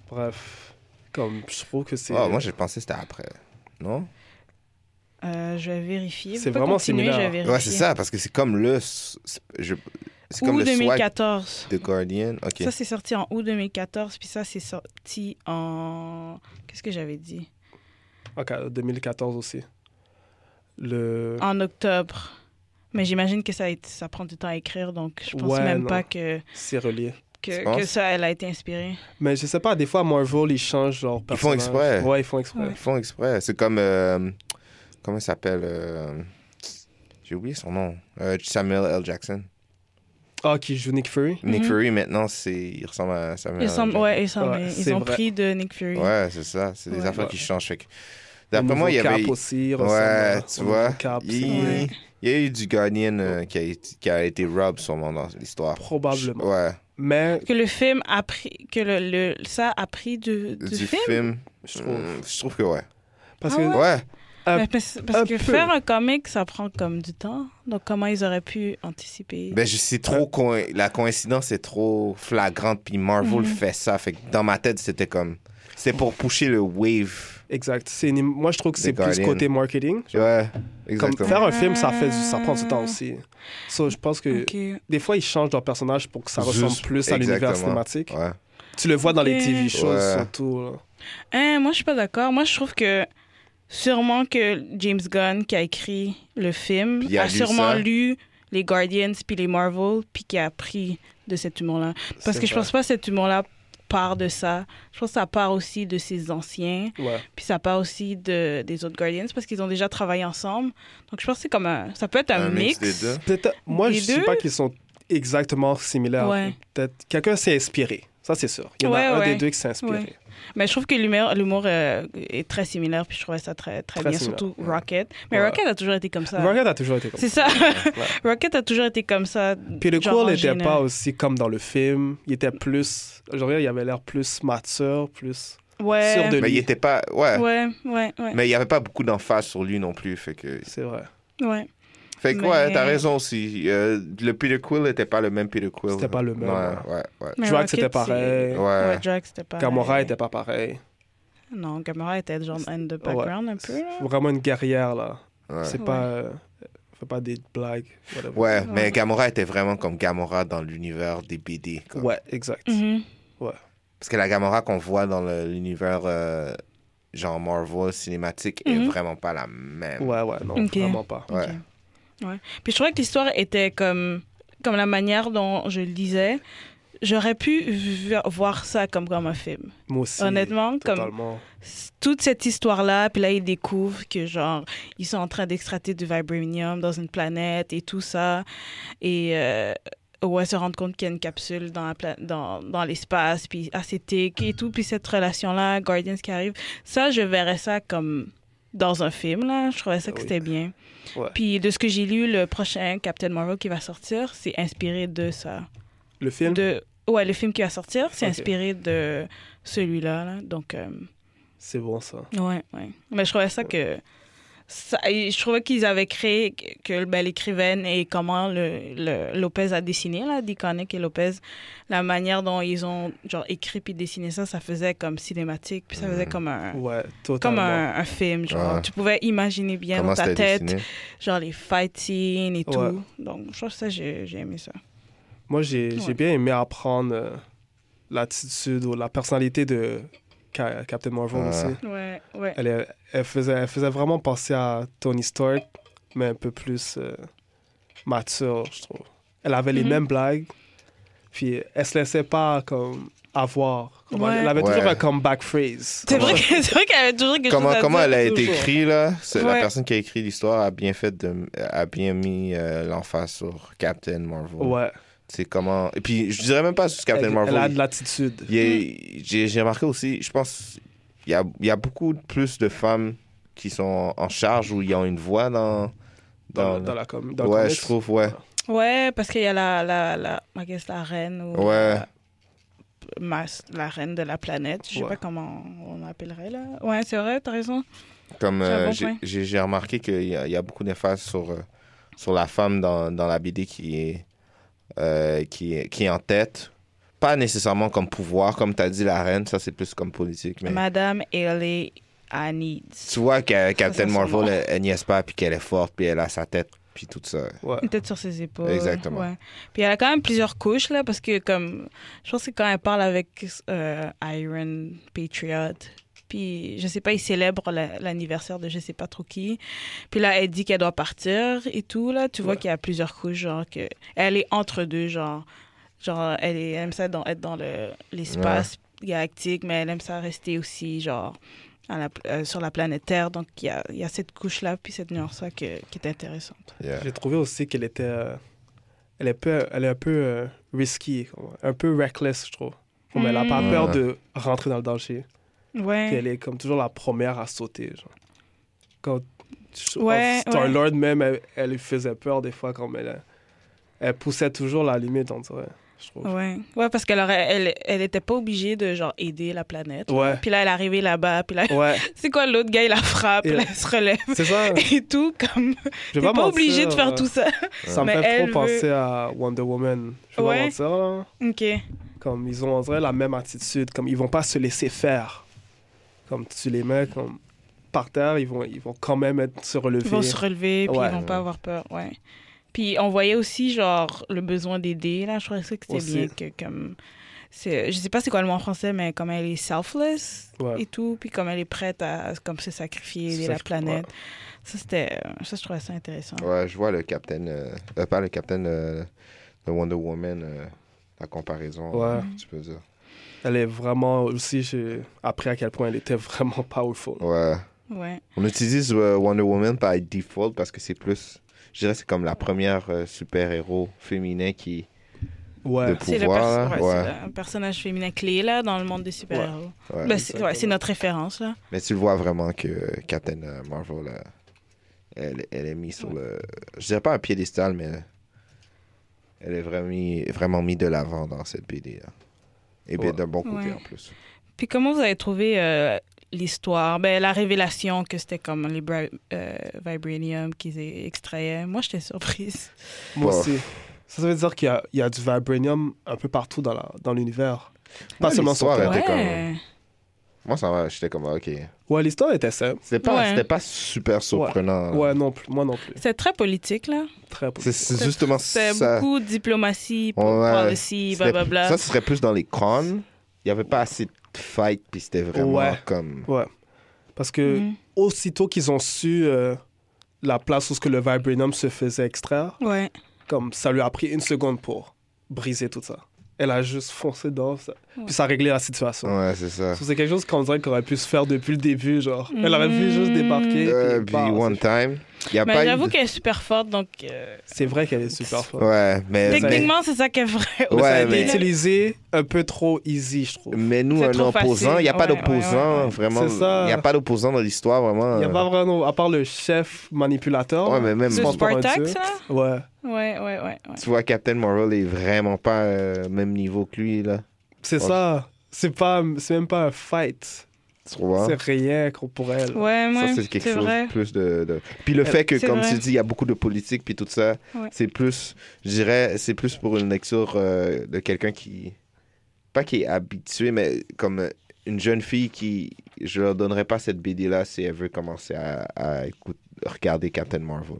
Speaker 4: Bref, comme je trouve que c'est.
Speaker 6: Ah, moi, je pensais que c'était après. Non?
Speaker 5: Euh, je vais vérifier. Vous
Speaker 4: C'est
Speaker 5: pouvez
Speaker 4: vraiment
Speaker 5: continuer, je vais
Speaker 4: similaire.
Speaker 5: vérifier.
Speaker 6: Ouais, c'est ça, parce que c'est comme le. s- je- C'est comme
Speaker 5: Ou
Speaker 6: le swag
Speaker 5: 2014.
Speaker 6: de Guardian. Ok.
Speaker 5: Ça, c'est sorti en août 2014, puis ça, c'est sorti en... Qu'est-ce que j'avais dit?
Speaker 4: Ok, 2014 aussi. Le.
Speaker 5: En octobre. Mais j'imagine que ça, a été- ça prend du temps à écrire, donc je pense
Speaker 4: Ouais,
Speaker 5: même
Speaker 4: non.
Speaker 5: pas que,
Speaker 4: C'est relié.
Speaker 6: Tu
Speaker 5: que,
Speaker 6: penses?
Speaker 5: que ça, elle a été inspirée.
Speaker 4: Mais je sais pas, des fois, Marvel, ils changent genre.
Speaker 6: Ils font
Speaker 4: personnage.
Speaker 6: exprès.
Speaker 4: Ouais, ils font exprès.
Speaker 5: Ouais.
Speaker 6: Ils font exprès. C'est comme. euh, comment il s'appelle euh, J'ai oublié son nom. Euh, Samuel L. Jackson.
Speaker 4: Ah, qui joue Nick Fury
Speaker 6: Nick
Speaker 5: Mhm.
Speaker 6: Fury, maintenant, c'est... il ressemble à Samuel
Speaker 5: Ils,
Speaker 6: L.
Speaker 5: sont-
Speaker 6: Jackson.
Speaker 5: ouais, ils, sont-
Speaker 4: Ouais,
Speaker 5: ils
Speaker 4: c'est
Speaker 5: ont
Speaker 4: vrai.
Speaker 5: pris de Nick Fury.
Speaker 6: Ouais, c'est ça. C'est des
Speaker 5: Ouais.
Speaker 6: affaires
Speaker 4: Ouais.
Speaker 6: qui changent. Fait que-
Speaker 4: Le
Speaker 6: D'après moi, il y
Speaker 4: nouveau
Speaker 6: avait.
Speaker 4: Cap aussi.
Speaker 6: Ouais,
Speaker 4: ressemble
Speaker 6: tu
Speaker 4: au
Speaker 6: vois.
Speaker 4: nouveau Cap,
Speaker 6: il...
Speaker 4: c'est-
Speaker 5: Ouais.
Speaker 6: il y a eu du Guardian euh, qui, a été... qui a été Rob sûrement dans l'histoire.
Speaker 4: Probablement.
Speaker 6: Ouais.
Speaker 4: Mais
Speaker 5: Que le film a pris... Que le, le- ça a pris du, du film?
Speaker 4: je trouve.
Speaker 6: Mm, Je trouve que ouais.
Speaker 4: Parce
Speaker 5: Ah
Speaker 4: que.
Speaker 5: Ouais.
Speaker 6: Ouais.
Speaker 4: Un-
Speaker 5: Mais parce
Speaker 4: un
Speaker 5: parce que
Speaker 4: peu.
Speaker 5: faire un comic, ça prend comme du temps. Donc, comment ils auraient pu anticiper?
Speaker 6: Ben, je sais trop. coïn- La coïncidence est trop flagrante. Puis Marvel
Speaker 5: Mhm.
Speaker 6: fait ça. Fait que dans ma tête, c'était comme. C'était pour pousser le wave.
Speaker 4: Exact. C'est une- Moi, je trouve que
Speaker 6: The
Speaker 4: c'est plus
Speaker 6: Guardian.
Speaker 4: côté marketing.
Speaker 6: Ouais.
Speaker 4: Comme
Speaker 6: Exactement.
Speaker 4: faire un film, ça, fait du... ça prend du temps aussi. So, je pense que
Speaker 5: Ah. Ok.
Speaker 4: des fois, ils changent leur personnage pour que ça
Speaker 6: Juste-
Speaker 4: ressemble plus à l'univers
Speaker 6: exactement.
Speaker 4: cinématique.
Speaker 6: Ouais.
Speaker 4: Tu le vois dans les
Speaker 5: Ok.
Speaker 4: TV shows
Speaker 6: Ouais.
Speaker 4: surtout. là.
Speaker 5: Hein, moi, je suis pas d'accord. Moi, je trouve que sûrement que James Gunn, qui a écrit le film,
Speaker 6: Puis il a
Speaker 5: a,
Speaker 6: lu
Speaker 5: sûrement
Speaker 6: ça.
Speaker 5: lu les Guardians puis les Marvel, puis qui a pris de cet humour-là. Parce
Speaker 4: C'est
Speaker 5: que je
Speaker 4: vrai.
Speaker 5: pense pas que cet humour-là part de ça. Je pense que ça part aussi de ses anciens,
Speaker 4: Ouais.
Speaker 5: puis ça part aussi de, des autres Guardians, parce qu'ils ont déjà travaillé ensemble. Donc, je pense que c'est comme un... Ça peut être un,
Speaker 6: Un mix
Speaker 5: mix.
Speaker 6: des deux.
Speaker 4: Peut-être- Moi,
Speaker 5: Les
Speaker 4: je ne sais
Speaker 5: deux?
Speaker 4: pas qu'ils sont exactement similaires.
Speaker 5: Ouais.
Speaker 4: Peut-être quelqu'un s'est inspiré. Ça, c'est sûr. Il y en
Speaker 5: Ouais,
Speaker 4: a un
Speaker 5: ouais.
Speaker 4: des deux qui s'est inspiré.
Speaker 5: Ouais. Mais je trouve que l'humour l'humour, euh, est très similaire, puis je trouvais ça très, très,
Speaker 4: Très
Speaker 5: bien,
Speaker 4: similaire,
Speaker 5: surtout
Speaker 6: ouais.
Speaker 5: Rocket. Mais
Speaker 4: Ouais.
Speaker 5: Rocket a toujours été comme ça.
Speaker 4: Rocket a toujours été comme ça.
Speaker 5: C'est ça. Rocket a toujours été comme ça.
Speaker 4: Puis le
Speaker 5: genre en
Speaker 4: cours n'était
Speaker 5: général.
Speaker 4: pas aussi comme dans le film. Il était plus. Genre, il avait l'air plus mature, plus
Speaker 5: ouais.
Speaker 4: sûr de
Speaker 6: Mais il
Speaker 4: lui.
Speaker 6: était pas. Ouais.
Speaker 5: Ouais, ouais, ouais.
Speaker 6: Mais il n'y avait pas beaucoup d'emphase sur lui non plus. Fait que.
Speaker 4: C'est vrai.
Speaker 5: ouais.
Speaker 6: Fait que
Speaker 5: Mais-
Speaker 6: ouais, t'as raison aussi. Euh, le Peter Quill n'était pas le même Peter Quill.
Speaker 4: C'était pas le même, hein.
Speaker 6: Ouais, ouais, ouais.
Speaker 5: Mais
Speaker 4: Drax
Speaker 5: Rocket,
Speaker 4: c'était
Speaker 5: c'est-
Speaker 4: pareil. Euh,
Speaker 6: Ouais.
Speaker 5: Ouais, Drax, c'était pas.
Speaker 4: Gamora était pas pareil.
Speaker 5: Non, Gamora était genre in the background un peu. là.
Speaker 4: C'est Vraiment une guerrière, là.
Speaker 6: Ouais.
Speaker 4: C'est pas. euh, fais pas des blagues. whatever.
Speaker 6: Ouais, mais Gamora était vraiment comme Gamora dans l'univers des BD. comme.
Speaker 4: Ouais, exact.
Speaker 5: Mhm.
Speaker 6: Parce que la Gamora qu'on voit dans le- l'univers euh, genre Marvel cinématique est
Speaker 5: Mhm.
Speaker 6: vraiment pas la même.
Speaker 4: Ouais, ouais, non,
Speaker 5: Ok.
Speaker 4: vraiment pas.
Speaker 6: Ouais.
Speaker 5: Ok. Ouais. Puis je trouvais que l'histoire était comme, comme la manière dont je le lisais. J'aurais pu vi- voir ça comme, comme un film.
Speaker 4: Moi aussi.
Speaker 5: Honnêtement, comme
Speaker 4: Totalement.
Speaker 5: s- toute cette histoire-là, puis là, ils découvrent que, genre, ils sont en train d'extrater du vibranium dans une planète et tout ça. Et euh, ouais, se rendre compte qu'il y a une capsule dans, la pla- dans, dans l'espace, puis ascétique et tout. Puis cette relation-là, Guardians qui arrive, ça, je verrais ça comme dans un film, là. Je trouvais ça que
Speaker 4: Oui.
Speaker 5: c'était bien.
Speaker 4: Ouais.
Speaker 5: Puis de ce que j'ai lu, le prochain Captain Marvel qui va sortir, c'est inspiré de ça.
Speaker 4: Le film
Speaker 5: De... Ouais, le film qui va sortir, c'est
Speaker 4: Ok.
Speaker 5: inspiré de celui-là. là. Donc, euh,
Speaker 4: C'est bon, ça.
Speaker 5: ouais, ouais. Mais je trouvais ça que. ça- et je trouvais qu'ils avaient créé que- que ben, l'écrivaine et comment le, le- Lopez a dessiné, là, Diconic et Lopez, la manière dont ils ont genre, écrit puis dessiné ça, ça faisait comme cinématique, puis ça faisait comme un,
Speaker 4: Ouais,
Speaker 5: comme
Speaker 4: totalement.
Speaker 5: un, un film. Genre.
Speaker 6: Mm. Ouais.
Speaker 5: Tu pouvais imaginer bien
Speaker 6: Comment
Speaker 5: dans ta
Speaker 6: c'était
Speaker 5: tête
Speaker 6: dessiné?
Speaker 5: genre les fighting et
Speaker 4: Ouais.
Speaker 5: tout. Donc, je trouve que ça, j'ai j'ai aimé ça.
Speaker 4: Moi, j'ai j'ai
Speaker 5: Ouais.
Speaker 4: bien aimé apprendre euh, l'attitude ou la personnalité de Ca- Captain Marvel
Speaker 6: Ouais.
Speaker 4: aussi.
Speaker 5: Ouais, ouais.
Speaker 4: Elle, est- elle faisait, elle faisait vraiment penser à Tony Stark, mais un peu plus euh, mature, je trouve. Elle avait les
Speaker 5: Mhm.
Speaker 4: mêmes blagues, puis elle se laissait pas comme avoir. Comme
Speaker 5: Ouais.
Speaker 4: Elle avait toujours
Speaker 6: Ouais.
Speaker 4: un comeback phrase.
Speaker 5: C'est vrai
Speaker 4: Comme-
Speaker 5: que- c'est vrai qu'elle avait toujours quelque
Speaker 6: Comment,
Speaker 5: chose à
Speaker 6: comment elle
Speaker 5: dire.
Speaker 6: a été
Speaker 4: toujours.
Speaker 6: écrite, là c'est- La
Speaker 5: Ouais.
Speaker 6: personne qui a écrit l'histoire a bien fait de, a bien mis euh, l'emphase sur Captain Marvel.
Speaker 4: Ouais.
Speaker 6: C'est comment. Et puis, je dirais même pas juste Captain
Speaker 4: elle,
Speaker 6: Marvel.
Speaker 4: elle a de l'attitude.
Speaker 6: Il y a- J'ai j'ai remarqué aussi, je pense, il y a, il y a beaucoup de- plus de femmes qui sont en charge ou ils ont une voix dans.
Speaker 4: Dans,
Speaker 6: dans-
Speaker 4: le- dans la com- dans le
Speaker 6: ouais,
Speaker 4: comics.
Speaker 6: je trouve, ouais.
Speaker 5: Ouais, parce qu'il y a la, la, la, I guess, la reine ou
Speaker 6: Ouais.
Speaker 5: la, masse- la reine de la planète. Je sais
Speaker 4: Ouais.
Speaker 5: pas comment on appellerait là. Ouais, c'est vrai, t'as raison.
Speaker 6: Comme
Speaker 5: C'est un
Speaker 6: euh,
Speaker 5: bon
Speaker 6: j'ai-
Speaker 5: point.
Speaker 6: j'ai j'ai remarqué qu'il y, a- il y a beaucoup d'emphase sur, euh, sur la femme dans, dans la BD qui est, euh, qui, est, qui est en tête. Pas nécessairement comme pouvoir, comme tu as dit, la reine, ça c'est plus comme politique. Mais
Speaker 5: Madame Haley a needs.
Speaker 6: tu vois que Captain
Speaker 5: Ça, ça, c'est
Speaker 6: Marvel,
Speaker 5: bon.
Speaker 6: elle, elle niaise pas, puis qu'elle est forte, puis elle a sa tête, puis tout ça.
Speaker 4: Ouais.
Speaker 5: Une tête sur ses épaules.
Speaker 6: Exactement.
Speaker 5: ouais. Puis elle a quand même plusieurs couches là, parce que comme je pense que quand elle parle avec euh, Iron Patriot, puis je sais pas, ils célèbrent la- l'anniversaire de je sais pas trop qui. Puis là, elle dit qu'elle doit partir et tout là. Tu vois
Speaker 4: Ouais.
Speaker 5: qu'il y a plusieurs couches, genre que elle est entre deux, genre genre elle, est- elle aime ça dans- être dans le- l'espace galactique, mais elle aime ça rester aussi genre. à la- euh, sur la planète Terre, donc il y a, il y a cette couche-là, puis cette nuance-là que- qui est intéressante.
Speaker 6: Yeah.
Speaker 4: J'ai trouvé aussi qu'elle était. euh, elle, est peu, elle est un peu euh, risky, comme- un peu reckless, je trouve. Comme elle a pas
Speaker 6: Mm.
Speaker 4: peur
Speaker 6: Ouais.
Speaker 4: de rentrer dans le danger.
Speaker 5: Ouais.
Speaker 4: Puis elle est comme toujours la première à sauter. Genre. Quand je-
Speaker 5: Ouais,
Speaker 4: quand Star-Lord, même, elle, elle lui faisait peur des fois quand elle, euh, elle poussait toujours la limite, on dirait, je trouve.
Speaker 5: Ouais. ouais, parce qu'elle aurait, elle, elle était pas obligée de genre aider la planète.
Speaker 4: Ouais,
Speaker 5: Puis là, elle est arrivée là-bas, puis là,
Speaker 4: ouais,
Speaker 5: c'est quoi l'autre gars, il la frappe,
Speaker 4: Et-
Speaker 5: là, il se relève
Speaker 4: c'est ça.
Speaker 5: et tout. Comme,
Speaker 4: Je
Speaker 5: t'es
Speaker 4: vais
Speaker 5: pas
Speaker 4: mentir,
Speaker 5: obligée de faire
Speaker 4: euh,
Speaker 5: tout ça.
Speaker 4: Ça me
Speaker 5: Mais
Speaker 4: fait
Speaker 5: elle
Speaker 4: trop
Speaker 5: veut-
Speaker 4: penser à Wonder Woman. Je vais
Speaker 5: Ouais.
Speaker 4: pas mentir, là.
Speaker 5: Ok.
Speaker 4: Comme ils ont, on dirait, la même attitude. Comme ils vont pas se laisser faire. Comme tu les mets comme par terre, ils vont, ils vont quand même être, se relever.
Speaker 5: Ils vont se relever, puis
Speaker 4: Ouais.
Speaker 5: ils vont pas avoir peur. Ouais. Puis on voyait aussi genre le besoin d'aider. Là, je trouvais ça que c'était
Speaker 4: Aussi.
Speaker 5: bien que comme. c'est- Je sais pas c'est quoi le mot en français, mais comme elle est selfless
Speaker 4: Ouais.
Speaker 5: et tout, puis comme elle est prête à comme se sacrifier,
Speaker 4: Se
Speaker 5: aider la
Speaker 4: sacrifier, ouais.
Speaker 5: planète. Ça, c'était. Ça, je trouvais ça intéressant.
Speaker 6: Ouais, je vois le Captain, euh, euh, pas le Captain euh, de Wonder Woman, euh, la comparaison,
Speaker 4: Ouais.
Speaker 6: euh, tu peux dire.
Speaker 4: Elle est vraiment aussi, j'ai appris à quel point elle était vraiment powerful.
Speaker 6: Ouais.
Speaker 5: Ouais.
Speaker 6: On utilise euh, Wonder Woman par default parce que c'est plus, je dirais, c'est comme la première euh, super-héros féminin qui.
Speaker 4: Ouais.
Speaker 6: De-
Speaker 5: C'est le perso-
Speaker 6: pouvoir, là.
Speaker 5: ouais,
Speaker 6: Ouais.
Speaker 5: c'est le- un personnage féminin clé là, dans le monde des super-héros.
Speaker 6: ouais.
Speaker 5: Ben, c'est ouais, c'est notre référence. Là.
Speaker 6: Mais tu le vois vraiment que euh, Captain euh, Marvel, euh, elle, elle est mise sur le. Je dirais pas un piédestal, mais elle est vraiment mise vraiment mis de l'avant dans cette BD. là. Et bien
Speaker 4: Ouais.
Speaker 6: d'un bon côté
Speaker 5: Ouais.
Speaker 6: en plus.
Speaker 5: Puis comment vous avez trouvé euh, l'histoire, ben, la révélation que c'était comme les bri- euh, vibranium qu'ils é- extrayaient. Moi, j'étais surprise.
Speaker 4: Moi
Speaker 6: Wow.
Speaker 4: aussi. Ça, ça veut dire qu'il y a, il y a du vibranium un peu partout dans, la, dans l'univers. Pas
Speaker 6: Ouais,
Speaker 4: seulement sur Terre.
Speaker 6: l'histoire Ouais, t'es Moi, ça va, j'étais comme, ah, ok.
Speaker 4: Ouais, l'histoire était simple.
Speaker 6: C'était pas,
Speaker 5: Ouais.
Speaker 6: c'était pas super surprenant.
Speaker 4: Ouais, non plus. Moi non plus.
Speaker 5: C'est très politique, là.
Speaker 4: Très
Speaker 6: C'est,
Speaker 4: positif.
Speaker 6: c'est justement
Speaker 5: C'est
Speaker 6: ça.
Speaker 5: beaucoup de diplomatie, po-
Speaker 6: Ouais.
Speaker 5: policy,
Speaker 6: C'était-
Speaker 5: blablabla.
Speaker 6: Ça, ce serait plus dans les crânes. Il n'y avait pas assez de fight, puis c'était vraiment
Speaker 4: Ouais.
Speaker 6: comme.
Speaker 4: Ouais. Parce que
Speaker 5: Mhm.
Speaker 4: aussitôt qu'ils ont su euh, la place où ce que le vibranium se faisait extraire,
Speaker 5: Ouais.
Speaker 4: comme ça lui a pris une seconde pour briser tout ça. Elle a juste foncé dehors, ça-
Speaker 5: Ouais.
Speaker 4: puis ça a réglé la situation.
Speaker 6: Ouais, c'est ça.
Speaker 4: Ça, C'est quelque chose qu'on dirait qu'on aurait pu se faire depuis le début, genre. Elle aurait pu
Speaker 5: Mm.
Speaker 4: juste débarquer.
Speaker 6: Euh,
Speaker 4: puis
Speaker 6: puis
Speaker 4: bah,
Speaker 6: one time. Il n'y a pas
Speaker 5: Mais
Speaker 6: eu
Speaker 5: j'avoue
Speaker 6: de-
Speaker 5: qu'elle est super forte, donc euh,
Speaker 4: c'est vrai qu'elle est super forte.
Speaker 6: Ouais, mais. mais...
Speaker 5: techniquement, c'est ça qui est vrai.
Speaker 4: Mais ça a
Speaker 6: Ouais,
Speaker 4: été
Speaker 6: mais-
Speaker 4: utilisé un peu trop easy, je trouve.
Speaker 6: mais nous,
Speaker 5: C'est
Speaker 6: un
Speaker 5: trop
Speaker 6: opposant, il n'y a
Speaker 5: facile.
Speaker 6: pas
Speaker 5: Ouais,
Speaker 6: d'opposant,
Speaker 5: ouais, ouais.
Speaker 6: vraiment.
Speaker 4: C'est ça.
Speaker 6: Il n'y a pas d'opposant dans l'histoire, vraiment. euh.
Speaker 4: Il n'y a pas vraiment, à part le chef manipulateur.
Speaker 6: Ouais, mais même.
Speaker 5: C'est
Speaker 4: je pense pas un
Speaker 5: Spartak,
Speaker 4: dieu.
Speaker 5: ça?
Speaker 4: Ouais.
Speaker 5: Ouais, ouais, ouais. ouais.
Speaker 6: Tu vois, Captain Marvel est vraiment pas euh, même niveau que lui, là.
Speaker 4: C'est
Speaker 6: Ouais.
Speaker 4: ça. C'est pas, c'est même pas un fight.
Speaker 6: Tu vois?
Speaker 4: C'est rien qu'on- pour elle.
Speaker 5: Ouais, ouais,
Speaker 6: ça, c'est quelque
Speaker 5: c'est
Speaker 6: chose
Speaker 5: vrai. Euh,
Speaker 6: plus de, de- Puis le fait que,
Speaker 5: c'est
Speaker 6: comme
Speaker 5: vrai.
Speaker 6: tu dis, il y a beaucoup de politique, puis tout ça,
Speaker 5: Ouais.
Speaker 6: c'est plus, je dirais, c'est plus pour une lecture euh, de quelqu'un qui. Pas qui est habitué, mais comme euh, une jeune fille qui. Je leur donnerais pas cette BD-là si elle veut commencer à, à écout- regarder Captain Marvel.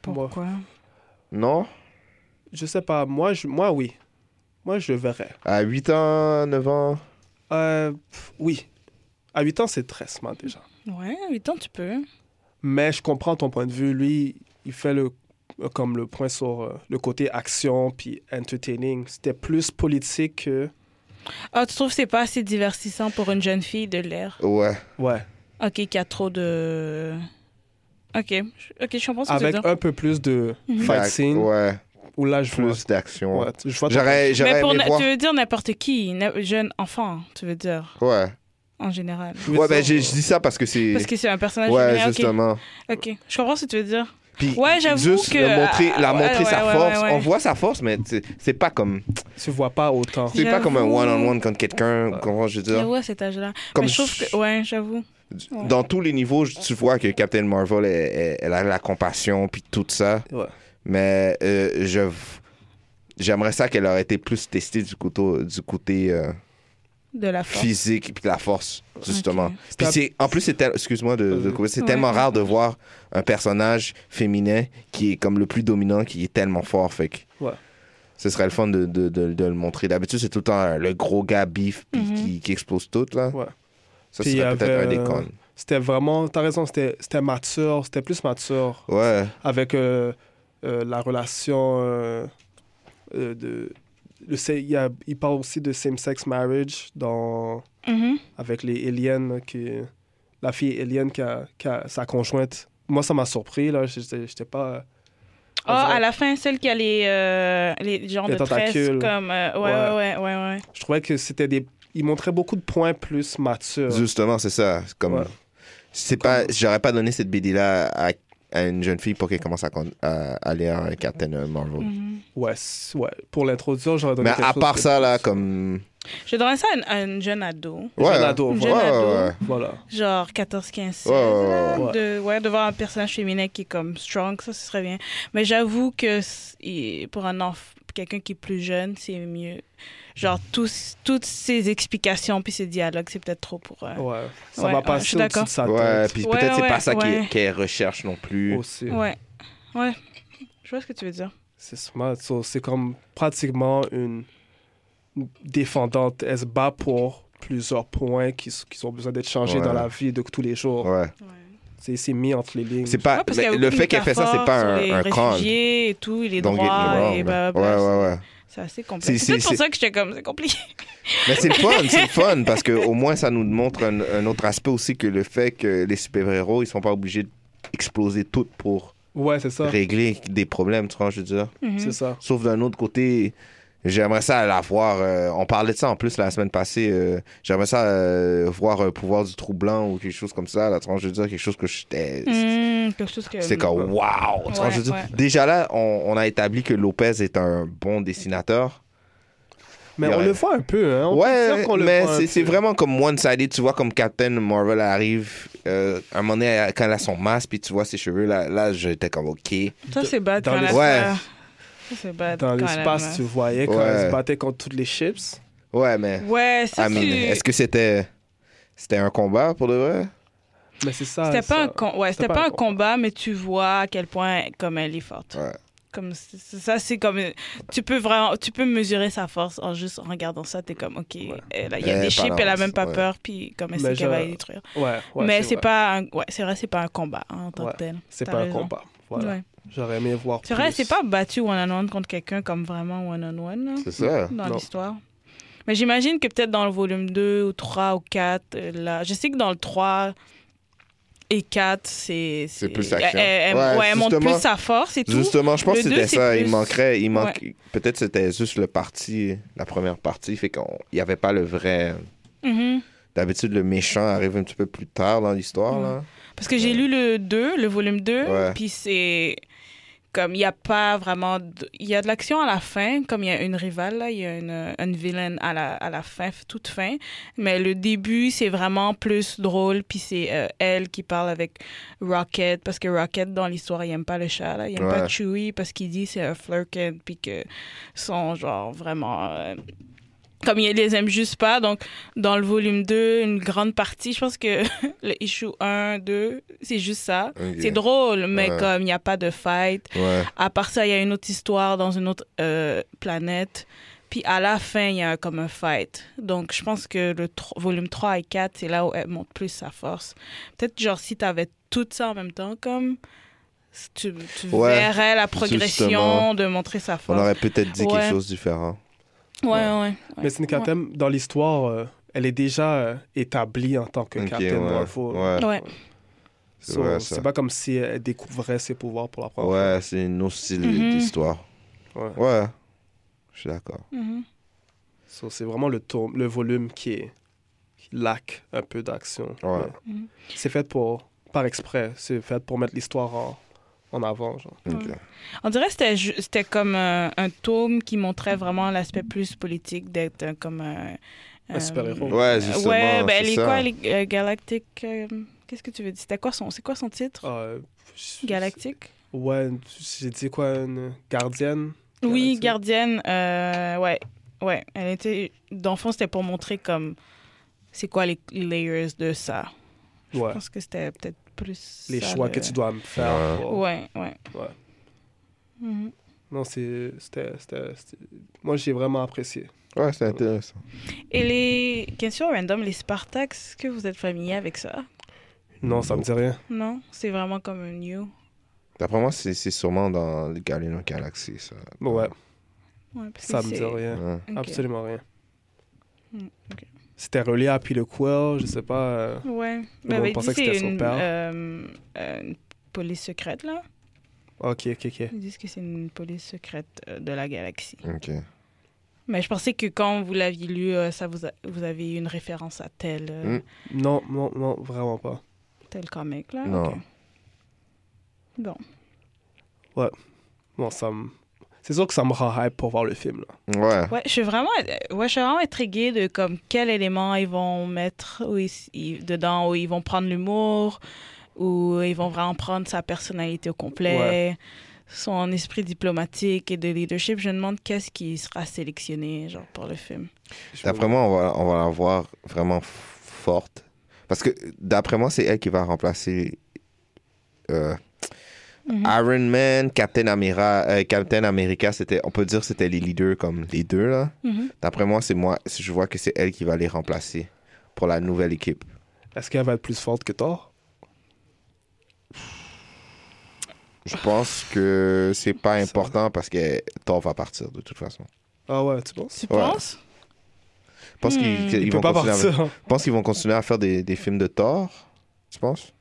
Speaker 5: Pourquoi?
Speaker 6: Non?
Speaker 4: Je sais pas. Moi, je, moi oui. Moi, je verrais.
Speaker 6: À 8 ans, 9 ans?
Speaker 4: Euh, pff, oui. À 8 ans, c'est très smart déjà.
Speaker 5: Ouais, 8 ans, tu peux.
Speaker 4: Mais je comprends ton point de vue. Lui, il fait le, euh, comme le point sur euh, le côté action puis entertaining. C'était plus politique que.
Speaker 5: Ah, tu trouves que c'est pas assez divertissant pour une jeune fille de l'air?
Speaker 6: Ouais.
Speaker 4: Ouais.
Speaker 5: Ok, qui a trop de. Ok, je- ok, je comprends ce que tu veux
Speaker 4: Avec
Speaker 5: dire.
Speaker 4: un peu plus de fight
Speaker 6: D'ac-
Speaker 4: scene
Speaker 6: Ouais.
Speaker 4: où là, je vois.
Speaker 6: Plus d'action.
Speaker 4: Ouais, je vois ton-
Speaker 6: J'aurais,
Speaker 5: Mais
Speaker 6: j'aurais
Speaker 5: pour,
Speaker 6: aimé
Speaker 5: na-
Speaker 6: voir.
Speaker 5: tu veux dire n'importe qui, na- jeune enfant, tu veux dire,
Speaker 6: Ouais.
Speaker 5: en général.
Speaker 4: je veux
Speaker 6: Ouais,
Speaker 4: dire,
Speaker 6: ben, j'ai- je dis ça parce que c'est.
Speaker 5: Parce que c'est un personnage
Speaker 6: Ouais,
Speaker 5: généré, ok.
Speaker 6: justement.
Speaker 5: ok, je comprends ce que tu veux dire.
Speaker 6: Puis
Speaker 5: Ouais, j'avoue
Speaker 6: juste
Speaker 5: que-
Speaker 6: le montrer, la
Speaker 5: ah,
Speaker 6: montrer
Speaker 5: ouais,
Speaker 6: sa
Speaker 5: ouais, ouais,
Speaker 6: force.
Speaker 5: ouais.
Speaker 6: On voit sa force, mais c'est- c'est pas comme
Speaker 4: tu vois pas autant.
Speaker 6: c'est pas comme un
Speaker 5: J'avoue.
Speaker 6: one on one contre quelqu'un. Comment je veux
Speaker 5: Mais
Speaker 6: dire
Speaker 5: ouais, cet âge-là.
Speaker 6: Comme
Speaker 5: Mais je trouve
Speaker 6: je-
Speaker 5: que, ouais, j'avoue. ouais.
Speaker 6: Dans tous les niveaux, tu vois que Captain Marvel, elle, elle- elle a la compassion puis tout ça.
Speaker 4: Ouais.
Speaker 6: Mais euh, je j'aimerais ça qu'elle aurait été plus testée du couteau du côté euh,
Speaker 5: De la force.
Speaker 6: physique puis de la force justement.
Speaker 5: Ok.
Speaker 6: Puis c'est en plus c'est tel- excuse-moi de, de couper, c'est
Speaker 5: Ouais.
Speaker 6: tellement rare de voir un personnage féminin qui est comme le plus dominant qui est tellement fort fait que
Speaker 4: Ouais.
Speaker 6: ce serait le fun de, de, de, de le montrer. D'habitude, c'est tout le temps euh, le gros gars bif puis
Speaker 5: Mhm.
Speaker 6: qui, qui explose tout. Là.
Speaker 4: Ouais.
Speaker 6: Ça
Speaker 4: Puis il y
Speaker 6: serait peut-être
Speaker 4: avait,
Speaker 6: un des
Speaker 4: euh,
Speaker 6: cons.
Speaker 4: C'était vraiment. T'as raison, c'était c'était mature. C'était plus mature.
Speaker 6: Ouais,
Speaker 4: avec euh, euh, la relation euh, euh, de. le se- il, y a- il parle aussi de same-sex marriage dans,
Speaker 5: Mhm.
Speaker 4: avec les aliens, qui, la fille alien qui a, qui a sa conjointe. Moi, ça m'a surpris, là. J'étais j'étais pas. on
Speaker 5: Ah,
Speaker 4: dirait-
Speaker 5: à la fin, celle qui a les, euh, les genres
Speaker 4: Les
Speaker 5: de tresses,
Speaker 4: tentacules.
Speaker 5: comme... euh, ouais,
Speaker 4: Ouais.
Speaker 5: ouais, ouais, ouais, ouais.
Speaker 4: Je trouvais que c'était des. Il montrait beaucoup de points plus matures.
Speaker 6: justement, c'est ça. C'est Comme,
Speaker 4: Ouais.
Speaker 6: c'est pas, j'aurais pas donné cette BD-là à, à une jeune fille pour qu'elle commence à, con- à, à lire euh, Captain euh, Marvel.
Speaker 5: Mhm.
Speaker 4: Ouais, c- ouais. Pour l'introduire, j'aurais donné.
Speaker 6: Mais
Speaker 4: quelque
Speaker 6: à
Speaker 4: chose
Speaker 6: part
Speaker 4: de-
Speaker 6: ça, là, comme.
Speaker 5: Je donnerais ça à une, à une jeune ado.
Speaker 4: Une
Speaker 6: Ouais,
Speaker 4: jeune ado,
Speaker 5: Une
Speaker 6: ouais,
Speaker 4: voilà.
Speaker 5: jeune ado.
Speaker 6: ouais, ouais.
Speaker 4: Voilà.
Speaker 5: Genre 14, 15, 16.
Speaker 6: Ouais, ouais, ouais,
Speaker 4: ouais.
Speaker 5: De, ouais, de voir un personnage féminin qui est comme strong, ça, ce serait bien. Mais j'avoue que c- il- pour un enf- quelqu'un qui est plus jeune, c'est mieux. Genre, tous, toutes ces explications puis ces dialogues, c'est peut-être trop pour... euh,
Speaker 4: Ouais. Ça
Speaker 5: Ouais,
Speaker 4: va
Speaker 5: ouais, je
Speaker 4: passer
Speaker 5: suis
Speaker 4: au-dessus de
Speaker 5: d'accord.
Speaker 4: sa
Speaker 6: Ouais,
Speaker 4: tête
Speaker 6: puis
Speaker 5: Ouais,
Speaker 6: peut-être c'est
Speaker 5: ouais,
Speaker 6: pas ça qu'elle
Speaker 5: ouais.
Speaker 6: qu'elle recherche non plus.
Speaker 4: aussi.
Speaker 5: Ouais. Ouais. Je vois ce que tu veux dire.
Speaker 4: C'est smart. So, c'est comme pratiquement une une défendante. Elle se bat pour plusieurs points qui, s- qui ont besoin d'être changés
Speaker 6: Ouais.
Speaker 4: dans la vie de tous les jours.
Speaker 6: Ouais.
Speaker 4: C'est, c'est mis entre les lignes.
Speaker 6: C'est pas,
Speaker 5: Ouais, Ah, parce
Speaker 6: Ah, mais
Speaker 5: qu'il y a
Speaker 6: le
Speaker 5: beaucoup
Speaker 6: fait
Speaker 5: de
Speaker 6: qu'elle fait ça, c'est
Speaker 5: métaphores
Speaker 6: pas un,
Speaker 5: sur
Speaker 6: un
Speaker 5: les
Speaker 6: con.
Speaker 5: réfugiés et tout, et les
Speaker 6: Don't get me
Speaker 5: droits,
Speaker 6: wrong,
Speaker 5: et
Speaker 6: là.
Speaker 5: blablabla.
Speaker 6: Ouais, ouais, ouais.
Speaker 5: C'est assez
Speaker 6: C'est-
Speaker 5: compliqué.
Speaker 6: c'est-
Speaker 5: C'est peut-être pour
Speaker 6: c'est-
Speaker 5: ça que j'étais comme, c'est compliqué.
Speaker 6: Mais c'est le fun, c'est le fun, parce qu'au moins, ça nous montre un, un autre aspect aussi que le fait que les super-héros, ils sont pas obligés d'exploser tout pour
Speaker 4: Ouais, c'est ça.
Speaker 6: régler des problèmes, tu vois, je veux dire.
Speaker 4: C'est ça.
Speaker 6: Sauf d'un autre côté, j'aimerais ça la voir. euh, on parlait de ça en plus la semaine passée. euh, j'aimerais ça euh, voir un pouvoir du trou blanc ou quelque chose comme ça, là, tu vois, je veux dire, quelque chose que j'étais.
Speaker 5: Mhm, quelque chose que...
Speaker 6: C'est comme wow! Tu vois, je veux dire,
Speaker 5: Ouais, ouais.
Speaker 6: Déjà là, on, on a établi que Lopez est un bon dessinateur.
Speaker 4: Mais
Speaker 6: Il y
Speaker 4: on
Speaker 6: aurait-
Speaker 4: le voit un peu, hein. On peut
Speaker 6: Ouais,
Speaker 4: dire qu'on le
Speaker 6: mais
Speaker 4: voit un
Speaker 6: c'est- c'est
Speaker 4: peu.
Speaker 6: vraiment comme one-sided. Tu vois, comme Captain Marvel arrive, euh, à un moment donné, elle- quand elle a son masque, puis tu vois ses cheveux, là, là j'étais comme OK.
Speaker 5: Ça, c'est bad
Speaker 4: Dans
Speaker 5: quand
Speaker 4: les-
Speaker 5: la
Speaker 6: Ouais.
Speaker 5: Ça, c'est bad
Speaker 4: Dans
Speaker 5: quand la-
Speaker 4: l'espace, tu voyais quand
Speaker 6: Ouais.
Speaker 4: ils se battaient contre toutes les chips.
Speaker 6: Ouais, mais.
Speaker 5: Ouais, ça,
Speaker 6: I mean,
Speaker 5: c'est-
Speaker 6: est-ce que c'était. C'était un combat pour de vrai?
Speaker 4: Mais c'est ça.
Speaker 5: C'était pas,
Speaker 4: ça.
Speaker 5: un, com- ouais, c'était pas un combat, mais tu vois à quel point comme elle est forte.
Speaker 6: Ouais.
Speaker 5: Comme c- c- ça, c'est comme tu peux vraiment, tu peux mesurer sa force en juste en regardant ça. T'es comme ok, elle a- il y a
Speaker 6: Elle est
Speaker 5: des
Speaker 6: pas
Speaker 5: chips, elle a
Speaker 6: lance,
Speaker 5: même pas
Speaker 6: ouais.
Speaker 5: peur, puis comme elle
Speaker 4: Mais
Speaker 5: sait qu'elle va
Speaker 4: genre-
Speaker 5: les détruire.
Speaker 4: Ouais, ouais,
Speaker 5: mais c'est
Speaker 4: vrai.
Speaker 5: pas, un, ouais, c'est vrai, c'est pas un combat hein, en tant
Speaker 4: Ouais,
Speaker 5: que tel.
Speaker 4: C'est
Speaker 5: T'as
Speaker 4: pas un
Speaker 5: raison.
Speaker 4: combat. Voilà.
Speaker 5: Ouais.
Speaker 4: J'aurais aimé voir.
Speaker 5: C'est vrai,
Speaker 4: plus.
Speaker 5: c'est pas battu one on one contre quelqu'un comme vraiment one on one là,
Speaker 6: C'est ça.
Speaker 5: dans
Speaker 4: Non.
Speaker 5: l'histoire. Mais j'imagine que peut-être dans le volume 2 ou 3 ou 4, euh, là, je sais que dans le 3 et 4, c'est
Speaker 6: C'est plus
Speaker 5: Elle,
Speaker 6: action.
Speaker 5: elle-
Speaker 6: Ouais,
Speaker 5: ouais, elle montre
Speaker 6: justement.
Speaker 5: plus sa force et tout.
Speaker 6: Justement, je pense
Speaker 5: Le
Speaker 6: que
Speaker 5: deux,
Speaker 6: c'était
Speaker 5: c'est
Speaker 6: ça. Il
Speaker 5: plus-
Speaker 6: manquerait. Il manque... Peut-être c'était juste le parti, la première partie. Fait qu'il n'y avait pas le vrai.
Speaker 5: Mhm.
Speaker 6: D'habitude, le méchant arrive un petit peu plus tard dans l'histoire.
Speaker 5: Mm.
Speaker 6: là.
Speaker 5: Parce que j'ai lu le 2, le volume 2,
Speaker 6: Ouais.
Speaker 5: puis c'est comme il n'y a pas vraiment. de- Il y a de l'action à la fin, comme il y a une rivale, là, il y a une, une vilaine à la, à la fin, toute fin. Mais le début, c'est vraiment plus drôle, puis c'est euh, elle qui parle avec Rocket, parce que Rocket, dans l'histoire, il n'aime pas le chat, là. il n'aime pas
Speaker 6: Ouais.
Speaker 5: Chewie, parce qu'il dit c'est un flirkin, puis que sont genre vraiment. euh, comme il les aime juste pas, donc dans le volume 2, une grande partie, je pense que le issue 1, 2, c'est juste ça.
Speaker 6: Ok.
Speaker 5: C'est drôle, mais
Speaker 6: Ouais.
Speaker 5: comme il n'y a pas de fight.
Speaker 6: Ouais.
Speaker 5: À part ça, il y a une autre histoire dans une autre euh, planète. Puis à la fin, il y a comme un fight. Donc je pense que le tro- volume 3 et 4, c'est là où elle montre plus sa force. Peut-être genre si tu avais tout ça en même temps, comme tu, tu
Speaker 6: Ouais,
Speaker 5: verrais la progression
Speaker 6: justement.
Speaker 5: de montrer sa
Speaker 6: On
Speaker 5: force.
Speaker 6: aurait peut-être dit
Speaker 5: Ouais.
Speaker 6: quelque chose de différent.
Speaker 5: Ouais, ouais, ouais.
Speaker 4: Mais c'est une captain dans l'histoire, euh, elle est déjà euh, établie en tant que
Speaker 6: Ok,
Speaker 4: Captain
Speaker 6: ouais.
Speaker 4: Marvel.
Speaker 6: Ouais.
Speaker 5: Ouais.
Speaker 6: C'est
Speaker 4: So,
Speaker 6: vrai, ça.
Speaker 4: c'est pas comme si elle découvrait ses pouvoirs pour la première
Speaker 6: Ouais, c'est une autre style
Speaker 5: Mhm.
Speaker 6: d'histoire.
Speaker 4: fois. Ouais.
Speaker 6: Ouais. Je suis d'accord.
Speaker 5: Mhm.
Speaker 4: So, c'est vraiment le, tour- le volume qui est qui lack un peu d'action.
Speaker 6: Ouais.
Speaker 4: Mais
Speaker 5: Mhm.
Speaker 4: C'est fait pour par exprès, c'est fait pour mettre l'histoire en, en avant. Genre.
Speaker 6: Ok.
Speaker 5: On dirait que c'était ju- c'était comme euh, un tome qui montrait vraiment l'aspect plus politique d'être euh, comme un...
Speaker 4: Un super-héros.
Speaker 6: Ouais, justement.
Speaker 5: ouais, ben
Speaker 6: c'est
Speaker 5: elle est
Speaker 6: ça.
Speaker 5: quoi, elle est, euh, Galactic... euh, Qu'est-ce que tu veux dire? C'était quoi son... C'est quoi son titre?
Speaker 4: Euh, je-
Speaker 5: Galactique?
Speaker 4: Ouais, j'ai dit quoi, une gardienne
Speaker 5: Oui,
Speaker 4: Galactique.
Speaker 5: gardienne. euh, ouais, ouais. Elle était... Dans le fond, c'était pour montrer comme... C'est quoi les layers de ça?
Speaker 4: Ouais.
Speaker 5: Je pense que c'était peut-être plus...
Speaker 4: Les
Speaker 5: ça,
Speaker 4: choix
Speaker 5: le-
Speaker 4: que tu dois me faire.
Speaker 6: Ouais.
Speaker 4: pour-
Speaker 5: Ouais, ouais.
Speaker 4: Ouais.
Speaker 5: Mhm.
Speaker 4: Non, c'est- c'était. c'était- c'était- Moi, j'ai vraiment apprécié.
Speaker 6: Ouais, c'est intéressant.
Speaker 5: Et les... Question random, les Spartaks, est-ce que vous êtes familier avec ça?
Speaker 4: Non, ça me dit rien.
Speaker 5: Non, c'est vraiment comme un new.
Speaker 6: D'après moi, c'est c'est sûrement dans les Galeno Galaxy, ça.
Speaker 4: Ouais,
Speaker 5: Ouais, parce que
Speaker 4: ça me dit
Speaker 5: c'est-
Speaker 4: rien.
Speaker 6: Ouais.
Speaker 5: Ok.
Speaker 4: Absolument rien.
Speaker 5: Mm, ok.
Speaker 4: C'était relié à puis le Quill, je sais pas. euh,
Speaker 5: Ouais.
Speaker 4: monde
Speaker 5: Mais avait dit
Speaker 4: pensait que
Speaker 5: c'est
Speaker 4: c'était son
Speaker 5: une,
Speaker 4: père.
Speaker 5: euh, euh, une police secrète, là.
Speaker 4: Ok, ok, ok.
Speaker 5: Ils disent que c'est une police secrète euh, de la galaxie.
Speaker 6: Ok.
Speaker 5: Mais je pensais que quand vous l'aviez lu, euh, ça vous, a- vous avez eu une référence à tel, euh,
Speaker 6: Mm.
Speaker 4: Non, non, non, vraiment pas.
Speaker 5: tel comic, là.
Speaker 6: Non.
Speaker 5: Ok. Bon.
Speaker 4: Non, ça me. C'est sûr que ça me rend hype pour voir le film. Là.
Speaker 6: Ouais.
Speaker 5: Ouais, je suis vraiment, euh, ouais, je suis vraiment intriguée de comme quel élément ils vont mettre où ils- ils- dedans, où ils vont prendre l'humour, où ils vont vraiment prendre sa personnalité au complet,
Speaker 4: Ouais.
Speaker 5: son esprit diplomatique et de leadership. Je me demande qu'est-ce qui sera sélectionné genre pour le film.
Speaker 4: Je
Speaker 6: D'après moi, on va, on va la voir vraiment f- forte. Parce que d'après moi, c'est elle qui va remplacer euh,
Speaker 5: Mhm.
Speaker 6: Iron Man, Captain, Amira, euh, Captain America. C'était, on peut dire que c'était les leaders comme les deux. là.
Speaker 5: Mhm.
Speaker 6: D'après moi, c'est moi. Je vois que c'est elle qui va les remplacer pour la nouvelle équipe.
Speaker 4: Est-ce qu'elle va être plus forte que Thor
Speaker 6: Je pense que c'est pas important parce que Thor va partir de toute façon.
Speaker 4: Ah ouais, tu penses
Speaker 5: Tu
Speaker 6: Ouais.
Speaker 5: penses
Speaker 6: Je pense qu'ils-
Speaker 5: Hmm.
Speaker 6: qu'ils
Speaker 4: Il
Speaker 6: vont
Speaker 4: peut pas
Speaker 6: continuer à-
Speaker 4: partir. hein.
Speaker 6: je pense qu'ils vont continuer à faire des, des films de Thor. Tu penses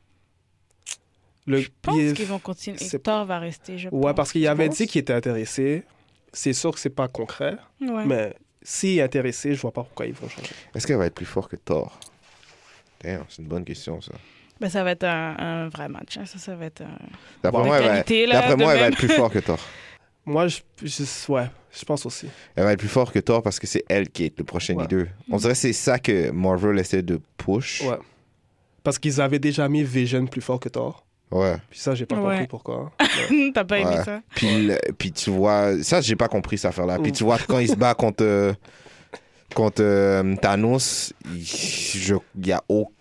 Speaker 4: Le
Speaker 5: Je pense
Speaker 4: il est-
Speaker 5: qu'ils vont continuer.
Speaker 4: c'est-
Speaker 5: Thor va rester. Je
Speaker 4: Ouais,
Speaker 5: pense.
Speaker 4: parce qu'il
Speaker 5: Tu
Speaker 4: avait
Speaker 5: penses
Speaker 4: dit qu'il était intéressé. C'est sûr que c'est pas concret,
Speaker 5: Ouais.
Speaker 4: mais s'il est intéressé, je vois pas pourquoi ils vont changer.
Speaker 6: Est-ce qu'elle va être plus fort que Thor Damn, C'est une bonne question ça.
Speaker 5: Ben, ça va être un, un vrai match. hein. Ça, ça va être un...
Speaker 6: D'après
Speaker 5: Bon,
Speaker 6: moi,
Speaker 5: de
Speaker 6: elle va-
Speaker 5: qualité, là,
Speaker 6: d'après
Speaker 5: de
Speaker 6: moi, elle va
Speaker 5: même.
Speaker 6: être plus fort que Thor.
Speaker 4: Moi, je, je- ouais, je pense aussi.
Speaker 6: Elle va être plus forte que Thor parce que c'est elle qui est le prochain
Speaker 4: Ouais.
Speaker 6: leader. On dirait que c'est ça que Marvel essaie de push.
Speaker 4: Ouais. Parce qu'ils avaient déjà mis Vision plus fort que Thor.
Speaker 6: Ouais.
Speaker 4: Puis ça, j'ai pas
Speaker 5: Ouais.
Speaker 4: compris pourquoi.
Speaker 5: T'as pas aimé
Speaker 6: Ouais.
Speaker 5: ça?
Speaker 6: Puis, le- puis tu vois, ça j'ai pas compris cette affaire-là. Puis
Speaker 4: Mm.
Speaker 6: tu vois quand il se bat contre euh, contre euh, Thanos, il, je, il y a au-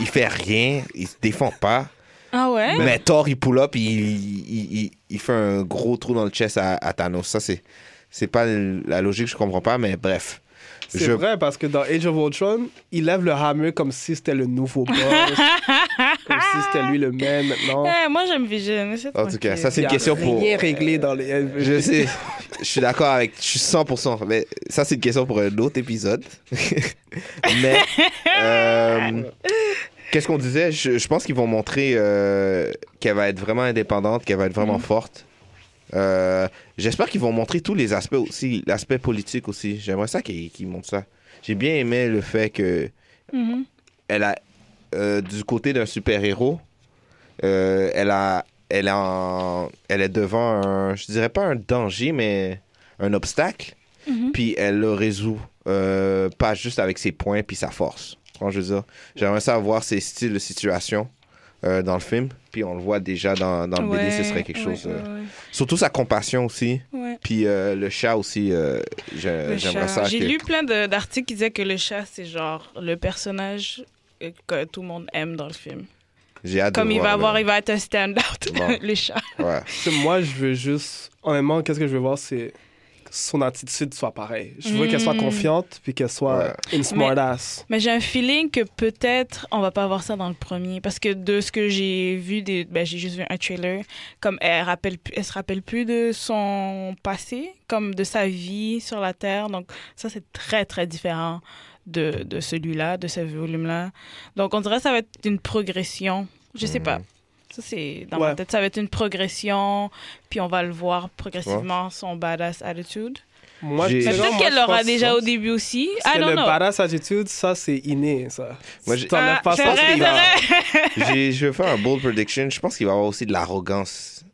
Speaker 6: il fait rien, il se défend pas.
Speaker 5: Ah ouais?
Speaker 6: Mais, Thor il pull up, il, il, il- il fait un gros trou dans le chest à, à Thanos. Ça c'est c'est pas la logique, je comprends pas, mais bref.
Speaker 4: C'est
Speaker 6: Je-
Speaker 4: vrai, parce que dans Age of Ultron, il lève le hammer comme si c'était le nouveau boss. comme si c'était lui le même maintenant.
Speaker 5: Eh, moi, j'aime Vision. laissez
Speaker 6: En tout cas,
Speaker 5: tranquille.
Speaker 6: ça
Speaker 4: Il
Speaker 6: c'est une
Speaker 4: y a
Speaker 6: question pour
Speaker 4: Rien réglé dans les.
Speaker 6: Je sais, je suis d'accord avec, je suis 100%, mais ça c'est une question pour un autre épisode. mais euh, qu'est-ce qu'on disait je, je pense qu'ils vont montrer euh, qu'elle va être vraiment indépendante, qu'elle va être vraiment forte. Euh, J'espère qu'ils vont montrer tous les aspects aussi, l'aspect politique aussi. J'aimerais ça qu'ils qu'ils montrent ça. J'ai bien aimé le fait que
Speaker 5: Mhm.
Speaker 6: elle a euh, du côté d'un super héros, elle a elle a en- elle est devant un je dirais pas un danger mais un obstacle
Speaker 5: Mhm.
Speaker 6: puis elle le résout euh, pas juste avec ses points puis sa force. Tu comprends ce que je veux dire j'aimerais savoir ses styles de situation euh, dans le film puis on le voit déjà dans, dans le BD ce serait quelque
Speaker 5: Ouais,
Speaker 6: chose euh,
Speaker 5: ouais,
Speaker 6: surtout sa compassion aussi
Speaker 5: ouais, ouais.
Speaker 6: puis euh, le chat aussi euh, je-
Speaker 5: Le
Speaker 6: j'aimerais
Speaker 5: chat.
Speaker 6: ça
Speaker 5: J'ai
Speaker 6: que-
Speaker 5: lu plein de- d'articles qui disaient que le chat, c'est genre le personnage euh, que tout le monde aime dans le film.
Speaker 6: j'ai hâte de
Speaker 5: Comme il
Speaker 6: voir
Speaker 5: va
Speaker 6: le-
Speaker 5: avoir, il va être un stand-out,
Speaker 6: Bon.
Speaker 5: le chat.
Speaker 6: ouais.
Speaker 4: Tu sais, Moi, je veux juste. Honnêtement, qu'est-ce que je veux voir, c'est que son attitude soit pareille. Je veux qu'elle soit
Speaker 5: Mm.
Speaker 4: confiante, puis qu'elle soit
Speaker 6: Ouais.
Speaker 4: une smartass.
Speaker 5: Mais j'ai un feeling que peut-être on va pas voir ça dans le premier. Parce que de ce que j'ai vu, des, ben, j'ai juste vu un trailer, comme elle, rappelle, plus- elle se rappelle plus de son passé, comme de sa vie sur la Terre. Donc ça, c'est très, très différent de, de celui-là, de ce volume-là. Donc on dirait que ça va être une progression. Je sais pas. Ça, c'est dans ma
Speaker 4: Ouais.
Speaker 5: tête. Ça va être une progression, puis on va le voir progressivement, son badass attitude.
Speaker 4: Moi,
Speaker 6: J'ai-
Speaker 5: Mais
Speaker 4: tu sais,
Speaker 6: Non,
Speaker 5: peut-être
Speaker 4: moi,
Speaker 5: qu'elle
Speaker 4: je
Speaker 5: l'aura
Speaker 4: pense-
Speaker 5: déjà au début Ah, aussi.
Speaker 4: Parce
Speaker 5: I
Speaker 4: que
Speaker 5: don't
Speaker 4: le
Speaker 5: know.
Speaker 4: badass attitude, ça, c'est inné, ça.
Speaker 6: Moi,
Speaker 4: Si
Speaker 6: j'ai-
Speaker 4: t'enlèves
Speaker 5: Ah,
Speaker 4: pas
Speaker 5: c'est
Speaker 4: ça,
Speaker 5: vrai,
Speaker 4: c'est
Speaker 5: c'est
Speaker 4: grave.
Speaker 5: vrai.
Speaker 6: J'ai- je vais faire un bold prediction. Je pense qu'il va y avoir aussi de l'arrogance.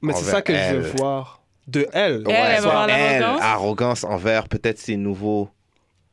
Speaker 4: Mais c'est
Speaker 6: envers
Speaker 4: ça que je veux
Speaker 6: elle.
Speaker 4: voir. De elle.
Speaker 5: Elle, elle va avoir
Speaker 6: elle,
Speaker 5: l'arrogance.
Speaker 6: arrogance envers peut-être ses nouveaux,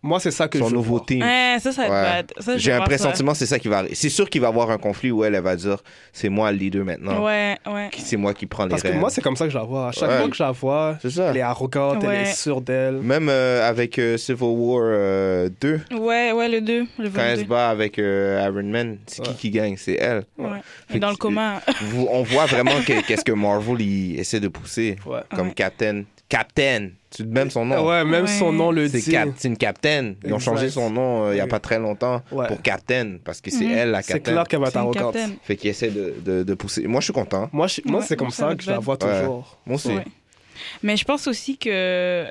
Speaker 4: Moi, c'est ça que
Speaker 6: son
Speaker 4: je veux
Speaker 6: nouveau
Speaker 4: voir.
Speaker 6: team.
Speaker 5: Ouais, ça, ça va être bad. Ça, je
Speaker 6: J'ai
Speaker 5: vais
Speaker 6: un
Speaker 5: voir ça.
Speaker 6: pressentiment, c'est ça qui va arriver. C'est sûr qu'il va y avoir un conflit où elle, elle va dire c'est moi le leader maintenant.
Speaker 5: Ouais, ouais.
Speaker 6: C'est moi qui prends les
Speaker 4: Parce que
Speaker 6: rênes.
Speaker 4: moi, c'est comme ça que je la vois. À chaque
Speaker 6: Ouais.
Speaker 4: fois que je la vois,
Speaker 6: C'est ça.
Speaker 4: elle est arrogante,
Speaker 5: Ouais.
Speaker 4: elle est sûre d'elle.
Speaker 6: Même euh, avec euh, Civil War euh, 2,
Speaker 5: Ouais, ouais, le 2. Le
Speaker 6: quand
Speaker 5: volume
Speaker 6: elle se
Speaker 5: deux.
Speaker 6: bat avec euh, Iron Man, c'est qui
Speaker 4: Ouais.
Speaker 6: qui gagne C'est elle.
Speaker 5: Ouais.
Speaker 6: Fait
Speaker 5: Et dans le
Speaker 6: que- euh,
Speaker 5: coma.
Speaker 6: Vous- on voit vraiment que- qu'est-ce que Marvel il essaie de pousser.
Speaker 4: Ouais.
Speaker 6: Comme
Speaker 5: Ouais.
Speaker 6: Captain. Captain Tu même son nom.
Speaker 4: Ouais, même
Speaker 5: Ouais.
Speaker 4: son nom le
Speaker 6: C'est
Speaker 4: dit.
Speaker 6: Cap- c'est une capitaine. Ils ont
Speaker 4: Exact.
Speaker 6: changé son nom euh, il n'y a
Speaker 4: Oui.
Speaker 6: pas très longtemps
Speaker 4: Ouais.
Speaker 6: pour capitaine parce que c'est
Speaker 5: Mhm.
Speaker 6: elle la
Speaker 4: C'est
Speaker 6: capitaine.
Speaker 4: clair qu'elle va être
Speaker 5: C'est une
Speaker 4: arrogante.
Speaker 5: capitaine.
Speaker 6: Fait qu'ils essaient de, de, de pousser. Moi, je suis content.
Speaker 4: Moi, je- moi
Speaker 5: Ouais,
Speaker 4: c'est comme
Speaker 5: moi, ça va
Speaker 4: ça
Speaker 5: être
Speaker 4: que je la
Speaker 5: bad.
Speaker 4: vois
Speaker 6: Ouais.
Speaker 4: toujours.
Speaker 6: Moi aussi.
Speaker 5: Ouais. Mais je pense aussi que.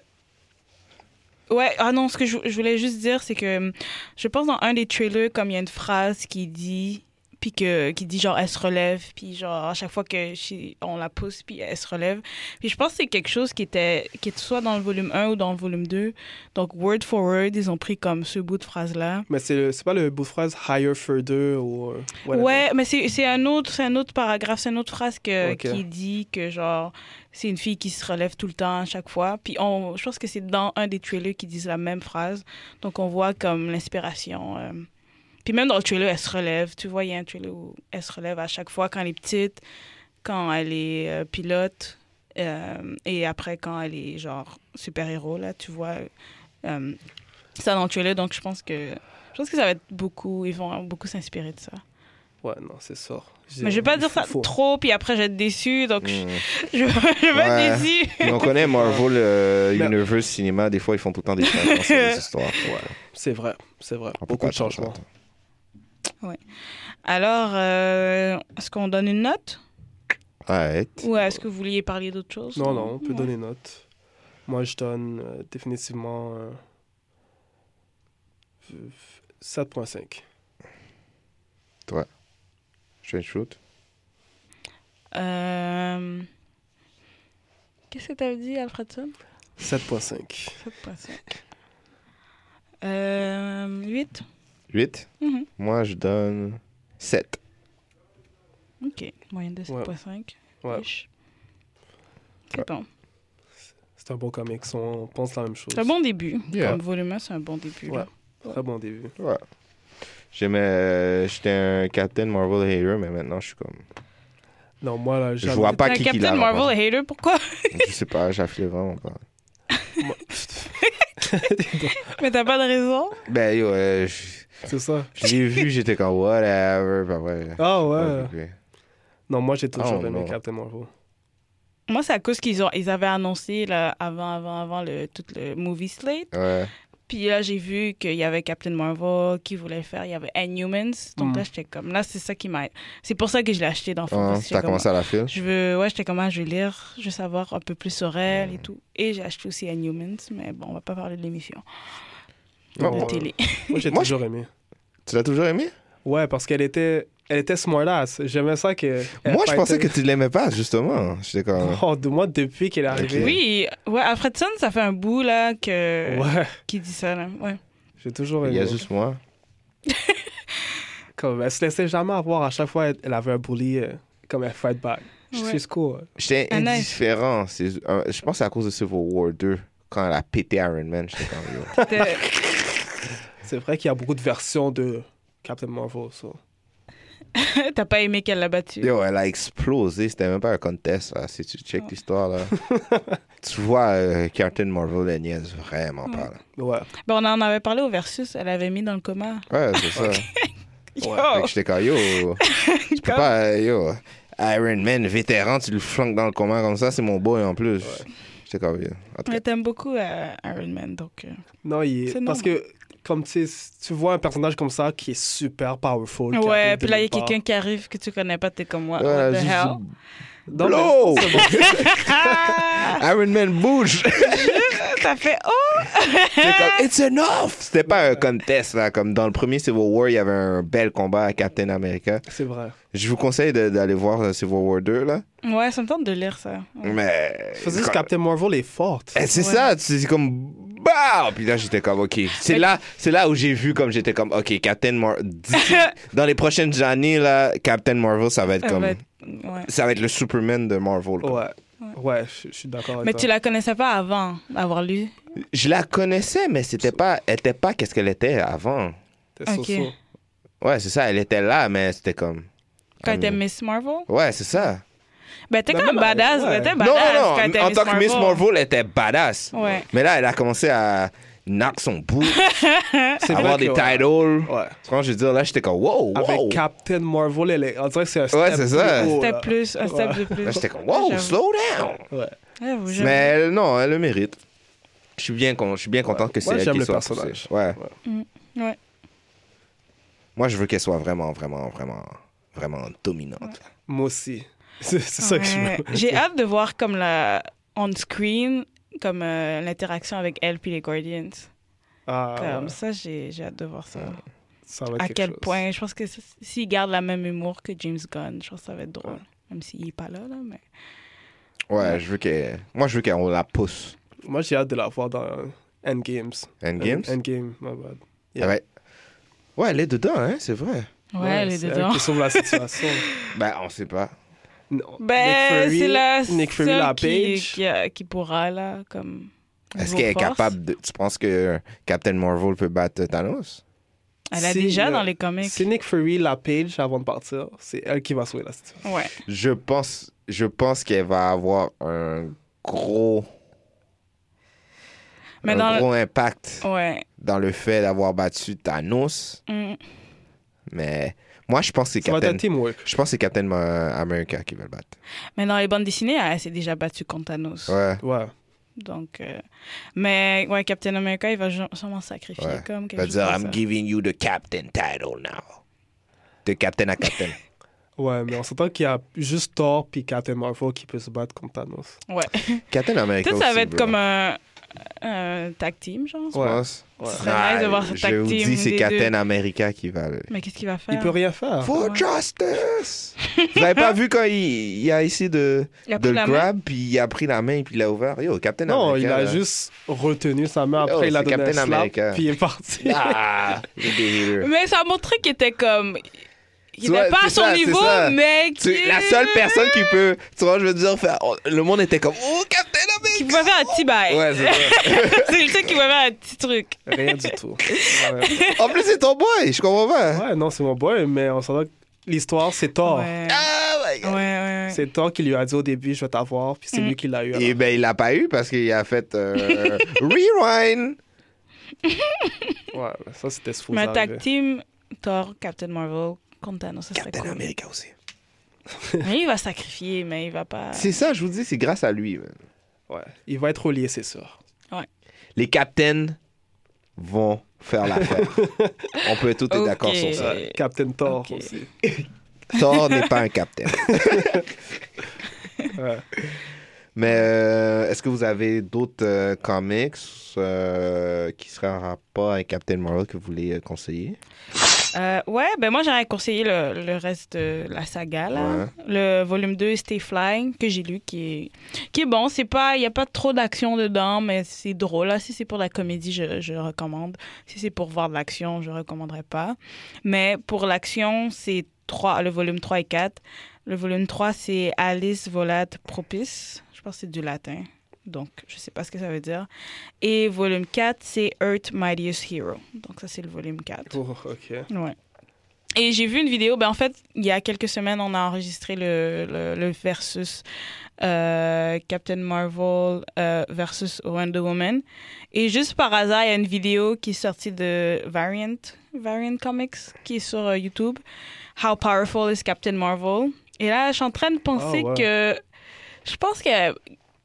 Speaker 5: Ouais, ah non, ce que je, je voulais juste dire, c'est que je pense dans un des trailers, comme il y a une phrase qui dit. Puis que, qui dit genre, elle se relève, puis genre, à chaque fois que she- on la pousse, puis elle se relève. Puis je pense que c'est quelque chose qui était, qui était soit dans le volume 1 ou dans le volume 2. Donc, word for word, ils ont pris comme ce bout de phrase-là.
Speaker 4: Mais c'est c'est pas le bout de phrase higher, further ou. euh, whatever.
Speaker 5: Ouais, mais c'est c'est un autre, c'est un autre paragraphe, c'est une autre phrase que,
Speaker 4: Ok.
Speaker 5: qui dit que genre c'est une fille qui se relève tout le temps à chaque fois. Puis on, je pense que c'est dans un des trailers qui disent la même phrase. Donc on voit comme l'inspiration. euh. Puis même dans le trailer, elle se relève. Tu vois, il y a un trailer où elle se relève à chaque fois quand elle est petite, quand elle est euh, pilote euh, et après quand elle est genre super héros là. Tu vois euh, ça dans le trailer. Donc je pense que je pense que ça va être beaucoup. Ils vont beaucoup s'inspirer de ça.
Speaker 4: Ouais, non, c'est sûr.
Speaker 5: Mais je vais pas
Speaker 4: il
Speaker 5: dire
Speaker 4: faut-
Speaker 5: ça
Speaker 4: faut.
Speaker 5: trop, puis après je vais être déçue, donc je,
Speaker 6: Mhm.
Speaker 5: je, je vais
Speaker 6: Ouais.
Speaker 5: être déçue.
Speaker 6: Puis on connaît Marvel euh,
Speaker 4: Mais-
Speaker 6: Universe Cinéma. Des fois, ils font tout le temps des changements sur les histoires. Ah,
Speaker 4: hein. C'est vrai, c'est vrai.
Speaker 6: On peut
Speaker 4: Beaucoup
Speaker 6: pas
Speaker 4: de changements.
Speaker 6: attendre.
Speaker 5: Alors, euh, est-ce qu'on donne une note
Speaker 6: Ouais.
Speaker 5: Ou est-ce que vous vouliez parler d'autre chose
Speaker 4: Non, non, on peut
Speaker 5: Ouais.
Speaker 4: donner note. Moi, je donne euh, définitivement euh, 7.5.
Speaker 6: Je fais une shoot.
Speaker 5: Euh, Qu'est-ce que t'avais dit, Alfredson
Speaker 4: 7.5.
Speaker 5: 7.5. Euh, 8
Speaker 6: 8.
Speaker 5: Mhm.
Speaker 6: Moi, je donne 7.
Speaker 5: Ok, moyenne de 7.5.
Speaker 4: Ouais.
Speaker 5: Ish. C'est bon.
Speaker 4: C'est un bon comics, on pense la même chose.
Speaker 5: C'est un Ah bon début.
Speaker 6: Yeah.
Speaker 5: Comme volume, c'est un bon début.
Speaker 4: Ouais.
Speaker 5: là.
Speaker 4: Très bon début.
Speaker 6: Ouais. J'aimais. euh, J'étais un Captain Marvel hater, mais maintenant je suis comme.
Speaker 4: Non, moi, là,
Speaker 6: Je
Speaker 4: jamais...
Speaker 6: vois pas
Speaker 5: T'es un
Speaker 6: qui qui l'a
Speaker 5: Captain Marvel
Speaker 6: remporté.
Speaker 5: hater, pourquoi
Speaker 6: Je sais pas, j'affile vraiment pas.
Speaker 4: Moi-
Speaker 5: Mais t'as pas de raison.
Speaker 6: Ben yo, euh, je
Speaker 4: C'est ça.
Speaker 6: je l'ai vu, j'étais comme whatever. Ben ouais.
Speaker 4: Ah ouais.
Speaker 6: ouais.
Speaker 4: Non, moi, j'ai toujours
Speaker 6: Oh,
Speaker 4: aimé
Speaker 6: non.
Speaker 4: Captain Marvel.
Speaker 5: Moi, c'est à cause qu'ils ont, ils avaient annoncé là, avant, avant, avant le, tout le movie slate.
Speaker 6: ouais.
Speaker 5: Puis là, j'ai vu qu'il y avait Captain Marvel qui voulait le faire. Il y avait Inhumans. Donc
Speaker 4: Mm.
Speaker 5: là, j'étais comme. Là, c'est ça qui m'a. C'est pour ça que je l'ai acheté dans le fond,
Speaker 6: Ah,
Speaker 5: parce que
Speaker 6: T'as
Speaker 5: j'étais comme,
Speaker 6: commencé à la file?
Speaker 5: Je veux. Ouais, j'étais comme. ah, Je veux lire. Je veux savoir un peu plus sur elle
Speaker 6: Mm.
Speaker 5: et tout. Et j'ai acheté aussi Inhumans. Mais bon, on va pas parler de l'émission
Speaker 6: Non,
Speaker 5: de
Speaker 6: moi-
Speaker 5: télé.
Speaker 4: Moi, j'ai
Speaker 6: Moi,
Speaker 4: toujours aimé.
Speaker 6: Oh. Tu l'as toujours aimé?
Speaker 4: Ouais, parce qu'elle était, elle était smartass. J'aimais ça que. euh, elle
Speaker 6: Moi, je
Speaker 4: fightait.
Speaker 6: pensais que tu l'aimais pas, justement. J'étais comme.
Speaker 4: Oh, de moi, depuis qu'elle est arrivée.
Speaker 5: Oui, ouais, à Fredson, ça fait un bout là que.
Speaker 4: Ouais,
Speaker 5: Qui dit ça là. Ouais.
Speaker 4: j'ai toujours
Speaker 6: Il
Speaker 4: aimé.
Speaker 6: y a juste moi.
Speaker 4: Comme, elle se laissait jamais avoir. À chaque fois, elle, elle avait un bully, euh, comme elle fight back. Je
Speaker 5: Ouais.
Speaker 4: suis euh, cool.
Speaker 6: J'étais
Speaker 5: Ah, nice.
Speaker 6: indifférent. C'est- euh, Je pense que c'est à cause de Civil War 2, quand elle a pété Iron Man. J'étais comme. yo.
Speaker 5: C'était-
Speaker 4: C'est vrai qu'il y a beaucoup de versions de Captain Marvel. ça.
Speaker 5: T'as pas aimé qu'elle l'a battue.
Speaker 6: Yo, elle a explosé. C'était même pas un contest. là. Si tu
Speaker 5: Oh.
Speaker 6: check l'histoire, là. tu vois, euh, Captain Marvel, elle niaise vraiment pas. là.
Speaker 4: Ouais.
Speaker 5: Ben, on en avait parlé au Versus, elle avait mis dans le coma.
Speaker 6: Ouais, c'est ça. Fait
Speaker 5: Yo,
Speaker 6: que J'étais comme, yo, tu peux pas. euh, Yo, Iron Man, vétéran, tu le flanques dans le coma comme ça, c'est mon boy en plus. J'étais comme, yo. En tout cas,
Speaker 5: Mais t'aimes beaucoup euh, Iron Man, donc... euh,
Speaker 4: Non, il est-
Speaker 5: C'est
Speaker 4: parce que, comme tu sais, si tu vois un personnage comme ça qui est super powerful. qui
Speaker 5: Ouais,
Speaker 4: arrive
Speaker 5: puis
Speaker 4: de
Speaker 5: là, il y a
Speaker 4: nulle part.
Speaker 5: quelqu'un qui arrive que tu connais pas, t'es comme moi.
Speaker 6: Ouais,
Speaker 5: What the
Speaker 6: juste-
Speaker 5: hell?
Speaker 4: Non,
Speaker 6: Blow!
Speaker 4: mais- c'est bon.
Speaker 5: Ah!
Speaker 6: Iron Man bouge!
Speaker 5: T'as fait oh!
Speaker 6: C'était comme, it's enough! C'était pas un contest, là. Comme dans le premier Civil War, il y avait un bel combat à Captain America.
Speaker 4: C'est vrai.
Speaker 6: Je vous conseille de- d'aller voir euh, Civil War 2, là.
Speaker 5: Ouais, ça me tente de lire ça. Ouais.
Speaker 6: Mais.
Speaker 4: Parce que Captain Marvel est forte.
Speaker 6: Eh, C'est
Speaker 5: Ouais.
Speaker 6: ça, c'est comme. Bah! Puis là, j'étais comme, OK. C'est
Speaker 5: Mais-
Speaker 6: là, c'est là où j'ai vu, comme j'étais comme, OK, Captain Marvel. Dans les prochaines années, là, Captain Marvel, ça va être
Speaker 5: Ça
Speaker 6: comme.
Speaker 5: va être- ouais.
Speaker 6: Ça va être le Superman de Marvel. comme.
Speaker 4: Ouais. Ouais, je je suis d'accord avec
Speaker 5: Mais
Speaker 4: toi.
Speaker 5: tu la connaissais pas avant d'avoir lu.
Speaker 6: Je la connaissais, mais c'était pas. Elle était pas qu'est-ce qu'elle était avant.
Speaker 4: T'es
Speaker 5: Ok.
Speaker 4: so-so.
Speaker 6: Ouais, c'est ça, elle était là, mais c'était comme.
Speaker 5: Quand
Speaker 6: Ah, Bah,
Speaker 5: t'es
Speaker 6: mais-
Speaker 5: Miss Marvel?
Speaker 6: Ouais, c'est ça.
Speaker 5: Ben, t'es
Speaker 4: La
Speaker 5: quand même
Speaker 4: même année,
Speaker 5: badass.
Speaker 4: ouais.
Speaker 5: ouais, T'es
Speaker 6: Non,
Speaker 5: badass
Speaker 6: non,
Speaker 5: quand t'es
Speaker 6: en tant que Miss Marvel, elle était badass.
Speaker 5: Ouais.
Speaker 6: Mais là, elle a commencé à knock son bout,
Speaker 4: C'est vrai
Speaker 6: avoir
Speaker 4: que-
Speaker 6: des titles.
Speaker 4: Ouais.
Speaker 6: Tu comprends, je veux dire, là, j'étais comme, wow, wow.
Speaker 4: Avec Captain Marvel, elle est- on dirait que c'est un step
Speaker 6: Ouais, c'est ça.
Speaker 4: plus haut,
Speaker 5: Step
Speaker 4: là.
Speaker 5: plus, un step de plus.
Speaker 6: Là, j'étais comme, wow,
Speaker 5: J'avoue.
Speaker 6: slow down.
Speaker 4: Ouais.
Speaker 5: J'avoue, j'avoue.
Speaker 6: Mais elle, non, elle le mérite. Je suis bien, con- je suis bien content que c'est
Speaker 4: Moi,
Speaker 6: elle
Speaker 4: j'aime
Speaker 6: qui
Speaker 4: le
Speaker 6: soit
Speaker 4: personnage.
Speaker 6: poussée. Ouais.
Speaker 5: Ouais.
Speaker 6: Moi, je veux qu'elle soit vraiment, vraiment, vraiment, vraiment dominante.
Speaker 4: Moi aussi. C'est c'est ça que je
Speaker 5: Ouais.
Speaker 4: me...
Speaker 5: J'ai hâte de voir comme la on screen comme euh, l'interaction avec elle puis les Guardians.
Speaker 4: Ah,
Speaker 5: comme
Speaker 4: ouais.
Speaker 5: ça j'ai j'ai hâte de voir ça.
Speaker 4: Ça va être
Speaker 5: à
Speaker 4: quelque
Speaker 5: quel
Speaker 4: chose.
Speaker 5: point je pense que s- s'il garde la même humour que James Gunn, je pense que ça va être drôle. Même s'il est pas là, là, mais...
Speaker 6: Ouais, je veux qu'elle. Moi, je veux qu'on la pousse.
Speaker 4: Moi, j'ai hâte de la voir dans Endgames.
Speaker 6: Endgames?
Speaker 4: Endgame, my bad.
Speaker 6: Ah Ouais. ouais, elle est dedans, hein, c'est vrai.
Speaker 5: Ouais, elle est
Speaker 4: c'est
Speaker 5: dedans.
Speaker 4: Elle qui sauve la situation.
Speaker 6: Ben, on sait pas.
Speaker 4: Non, Nick
Speaker 5: Ben,
Speaker 4: Fury-
Speaker 5: c'est la
Speaker 4: Nick Fury,
Speaker 5: seule
Speaker 4: la
Speaker 5: qui,
Speaker 4: page.
Speaker 5: qui, a- qui pourra, là, comme...
Speaker 6: Est-ce
Speaker 5: niveau
Speaker 6: qu'elle est
Speaker 5: force.
Speaker 6: capable de. Tu penses que Captain Marvel peut battre Thanos?
Speaker 5: Elle a
Speaker 4: C'est
Speaker 5: déjà
Speaker 4: le-
Speaker 5: dans les comics.
Speaker 4: C'est Nick Fury, la page, avant de partir. C'est elle qui va sauver la situation.
Speaker 5: Ouais.
Speaker 6: Je pense, je pense qu'elle va avoir un gros,
Speaker 5: Mais
Speaker 6: un
Speaker 5: dans...
Speaker 6: gros impact
Speaker 5: le- Ouais.
Speaker 6: dans le fait d'avoir battu Thanos.
Speaker 5: Mm.
Speaker 6: Mais moi, je pense que c'est
Speaker 4: Ça va être
Speaker 6: Captain.
Speaker 4: un teamwork.
Speaker 6: Je pense que c'est Captain euh, America qui va le battre.
Speaker 5: Mais dans les bandes dessinées, elle s'est déjà battue contre Thanos.
Speaker 6: Ouais.
Speaker 4: Ouais.
Speaker 5: Donc, euh, mais ouais, Captain America, il va ju- sûrement sacrifier
Speaker 6: Ouais.
Speaker 5: comme
Speaker 6: Il
Speaker 5: quelque
Speaker 6: va
Speaker 5: chose euh,
Speaker 6: dire,
Speaker 5: comme
Speaker 6: I'm
Speaker 5: ça.
Speaker 6: giving you the Captain title now. De Captain à Captain.
Speaker 4: Ouais, mais on s'entend qu'il y a juste Thor puis Captain Marvel qui peut se battre contre Thanos.
Speaker 5: Ouais.
Speaker 6: Captain America.
Speaker 5: Peut-être ça
Speaker 6: aussi,
Speaker 5: va être
Speaker 6: bro.
Speaker 5: comme un,
Speaker 6: hein.
Speaker 5: un tag team, genre.
Speaker 6: Tu penses? Ah,
Speaker 4: Ouais.
Speaker 5: serait nice de voir ce tag
Speaker 6: Je vous
Speaker 5: team
Speaker 6: dis, c'est
Speaker 5: des
Speaker 6: Captain America qui va le.
Speaker 5: Mais qu'est-ce qu'il va faire
Speaker 4: Il peut rien faire.
Speaker 5: Ouais.
Speaker 6: For justice! Vous avez pas vu quand il, il a essayé de,
Speaker 5: Il a
Speaker 6: de
Speaker 5: pris
Speaker 6: le
Speaker 5: la main.
Speaker 6: grab, puis il a pris la main, puis il l'a ouvert. Yo, Captain
Speaker 4: Non,
Speaker 6: America.
Speaker 4: il a
Speaker 6: là.
Speaker 4: juste retenu sa main,
Speaker 6: Oh,
Speaker 4: après il a
Speaker 6: c'est
Speaker 4: donné un
Speaker 6: Captain
Speaker 4: slap,
Speaker 6: America.
Speaker 4: puis il est parti.
Speaker 6: Ah! il est délire.
Speaker 5: Mais ça montrait qu'il était comme. Il n'est
Speaker 6: vois,
Speaker 5: pas à
Speaker 6: c'est
Speaker 5: son
Speaker 6: ça, c'est
Speaker 5: niveau,
Speaker 6: ça.
Speaker 5: mais qui.
Speaker 6: C'est la seule personne qui peut. Tu vois, je veux dire, faire- oh, le monde était comme Oh, Captain
Speaker 5: Qui
Speaker 6: America!
Speaker 5: pouvait faire un petit bail.
Speaker 6: Ouais, c'est vrai.
Speaker 5: c'est le seul qui pouvait faire un petit truc.
Speaker 4: Rien du tout. Ouais,
Speaker 6: En plus, c'est ton boy, je comprends pas.
Speaker 4: Ouais, non, c'est mon boy, mais on s'entend que l'histoire, c'est Thor.
Speaker 5: Ouais.
Speaker 6: Ah, my
Speaker 5: Ouais,
Speaker 6: God.
Speaker 5: ouais.
Speaker 4: C'est Thor qui lui a dit au début, je vais t'avoir, puis
Speaker 5: Mm.
Speaker 4: c'est lui qui l'a eu. alors.
Speaker 6: Et ben, il l'a pas eu parce qu'il a fait euh, Rewind.
Speaker 4: Ouais, mais ça, c'était fou.
Speaker 5: Mais un tag team, Thor, Captain Marvel, contre Thanos, ça serait cool.
Speaker 6: America aussi.
Speaker 5: Mais il va sacrifier, mais il va pas.
Speaker 6: C'est ça, je vous dis, c'est grâce à lui. man.
Speaker 4: Ouais, il va être relié, c'est sûr.
Speaker 6: Les captains vont faire l'affaire. On peut tout être
Speaker 5: Ok.
Speaker 6: d'accord sur ça.
Speaker 4: Ouais, Captain Thor
Speaker 5: Ok.
Speaker 4: aussi.
Speaker 6: Thor n'est pas un captain.
Speaker 4: Ouais.
Speaker 6: Mais euh, est-ce que vous avez d'autres euh, comics euh, qui seraient en rapport avec Captain Marvel que vous voulez euh, conseiller
Speaker 5: Euh, ouais, ben moi j'aurais conseillé le, le reste de la saga là.
Speaker 6: Ouais.
Speaker 5: Le volume 2 Stay Flying que j'ai lu qui est qui est bon, c'est pas il y a pas trop d'action dedans mais c'est drôle là, si c'est pour la comédie, je, je recommande. Si c'est pour voir de l'action, je recommanderais pas. Mais pour l'action, c'est trois le volume 3 et 4. Le volume 3 c'est Alice volat propice. Je pense que c'est du latin. Donc, je sais pas ce que ça veut dire. Et volume 4, c'est Earth Mightiest Hero. Donc, ça, c'est le volume 4.
Speaker 4: Oh, ok.
Speaker 5: Ouais. Et j'ai vu une vidéo, ben en fait, il y a quelques semaines, on a enregistré le, le, le versus euh, Captain Marvel euh, versus Wonder Woman. Et juste par hasard, il y a une vidéo qui est sortie de Variant, Variant Comics, qui est sur euh, YouTube. How powerful is Captain Marvel? Et là, je suis en train de penser
Speaker 4: Ah ouais.
Speaker 5: que. Je pense que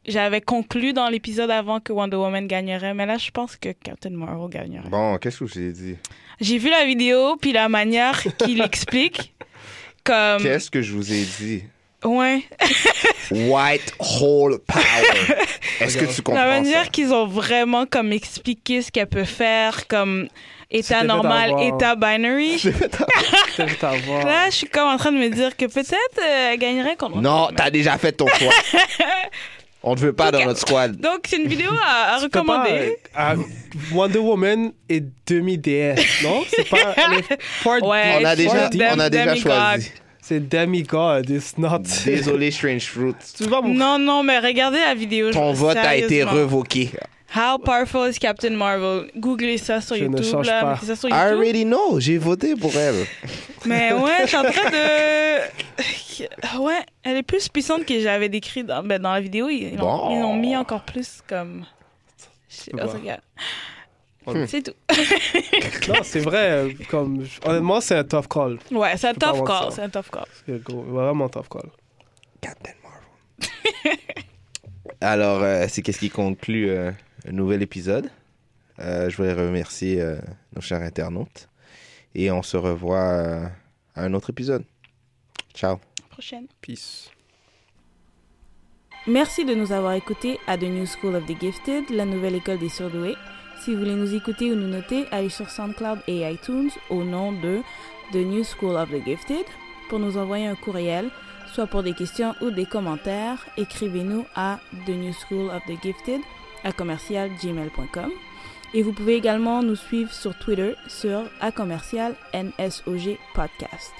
Speaker 5: j'avais conclu dans l'épisode avant que Wonder Woman gagnerait, mais là, je pense que Captain Marvel gagnerait.
Speaker 6: Bon, qu'est-ce que j'ai dit
Speaker 5: J'ai vu la vidéo, puis la manière qu'il explique. Comme.
Speaker 6: Qu'est-ce que je vous ai dit
Speaker 5: Ouais.
Speaker 6: White Hole Power. Est-ce que tu
Speaker 5: La
Speaker 6: comprends ça
Speaker 5: manière qu'ils ont vraiment comme expliqué ce qu'elle peut faire, comme état
Speaker 4: devais
Speaker 5: normal,
Speaker 4: d'avoir-
Speaker 5: état binary.
Speaker 4: Peut-être que t'as à voir.
Speaker 5: Là, je suis comme en train de me dire que peut-être euh, elle gagnerait contre.
Speaker 6: Non,
Speaker 5: Wonder Woman.
Speaker 6: t'as déjà fait ton choix. On te veut pas dans notre squad.
Speaker 5: Donc, c'est une vidéo à, à
Speaker 4: Tu peux
Speaker 5: recommander.
Speaker 4: pas, euh, à- Wonder Woman est demi-déesse, non? C'est pas... elle est part-
Speaker 5: Ouais,
Speaker 6: on a déjà,
Speaker 5: she's dem-
Speaker 6: on a déjà
Speaker 5: demigod.
Speaker 6: choisi.
Speaker 4: C'est demigod, it's not...
Speaker 6: Désolé, Strange Fruit.
Speaker 4: Tu vas mon...
Speaker 5: Non, non, mais regardez la vidéo.
Speaker 6: Ton
Speaker 5: je-
Speaker 6: vote a été
Speaker 5: sérieusement.
Speaker 6: revoqué.
Speaker 5: How powerful is Captain Marvel? Googlez ça sur
Speaker 4: Je ne
Speaker 5: YouTube.
Speaker 4: change
Speaker 5: là,
Speaker 4: pas.
Speaker 5: mettez ça sur
Speaker 6: I
Speaker 5: YouTube.
Speaker 6: already know. J'ai voté pour elle.
Speaker 5: Mais ouais, je suis en train de. Ouais, elle est plus puissante que j'avais décrit dans, ben, dans la vidéo. Ils l'ont-
Speaker 6: Bon.
Speaker 5: ils l'ont mis encore plus comme. Je sais pas,
Speaker 4: Bon.
Speaker 5: regarde. C'est tout.
Speaker 4: Non, c'est vrai, euh, comme... Honnêtement, c'est un tough call.
Speaker 5: Ouais, c'est un
Speaker 4: peux pas
Speaker 5: tough
Speaker 4: avoir
Speaker 5: call.
Speaker 4: ça.
Speaker 5: C'est un tough call.
Speaker 4: C'est gros, vraiment tough call.
Speaker 6: Captain Marvel. Alors, euh, c'est qu'est-ce qui conclut euh, un nouvel épisode. Euh, je voulais remercier euh, nos chers internautes. Et on se revoit euh, à un autre épisode. Ciao.
Speaker 5: Prochaine.
Speaker 4: Peace.
Speaker 7: Merci de nous avoir écoutés à The New School of the Gifted, la nouvelle école des surdoués. Si vous voulez nous écouter ou nous noter, allez sur SoundCloud et iTunes au nom de The New School of the Gifted pour nous envoyer un courriel, soit pour des questions ou des commentaires. Écrivez-nous à The New School of the Gifted à commercialgmail.com. Et vous pouvez également nous suivre sur Twitter sur à commercial NSOG Podcast.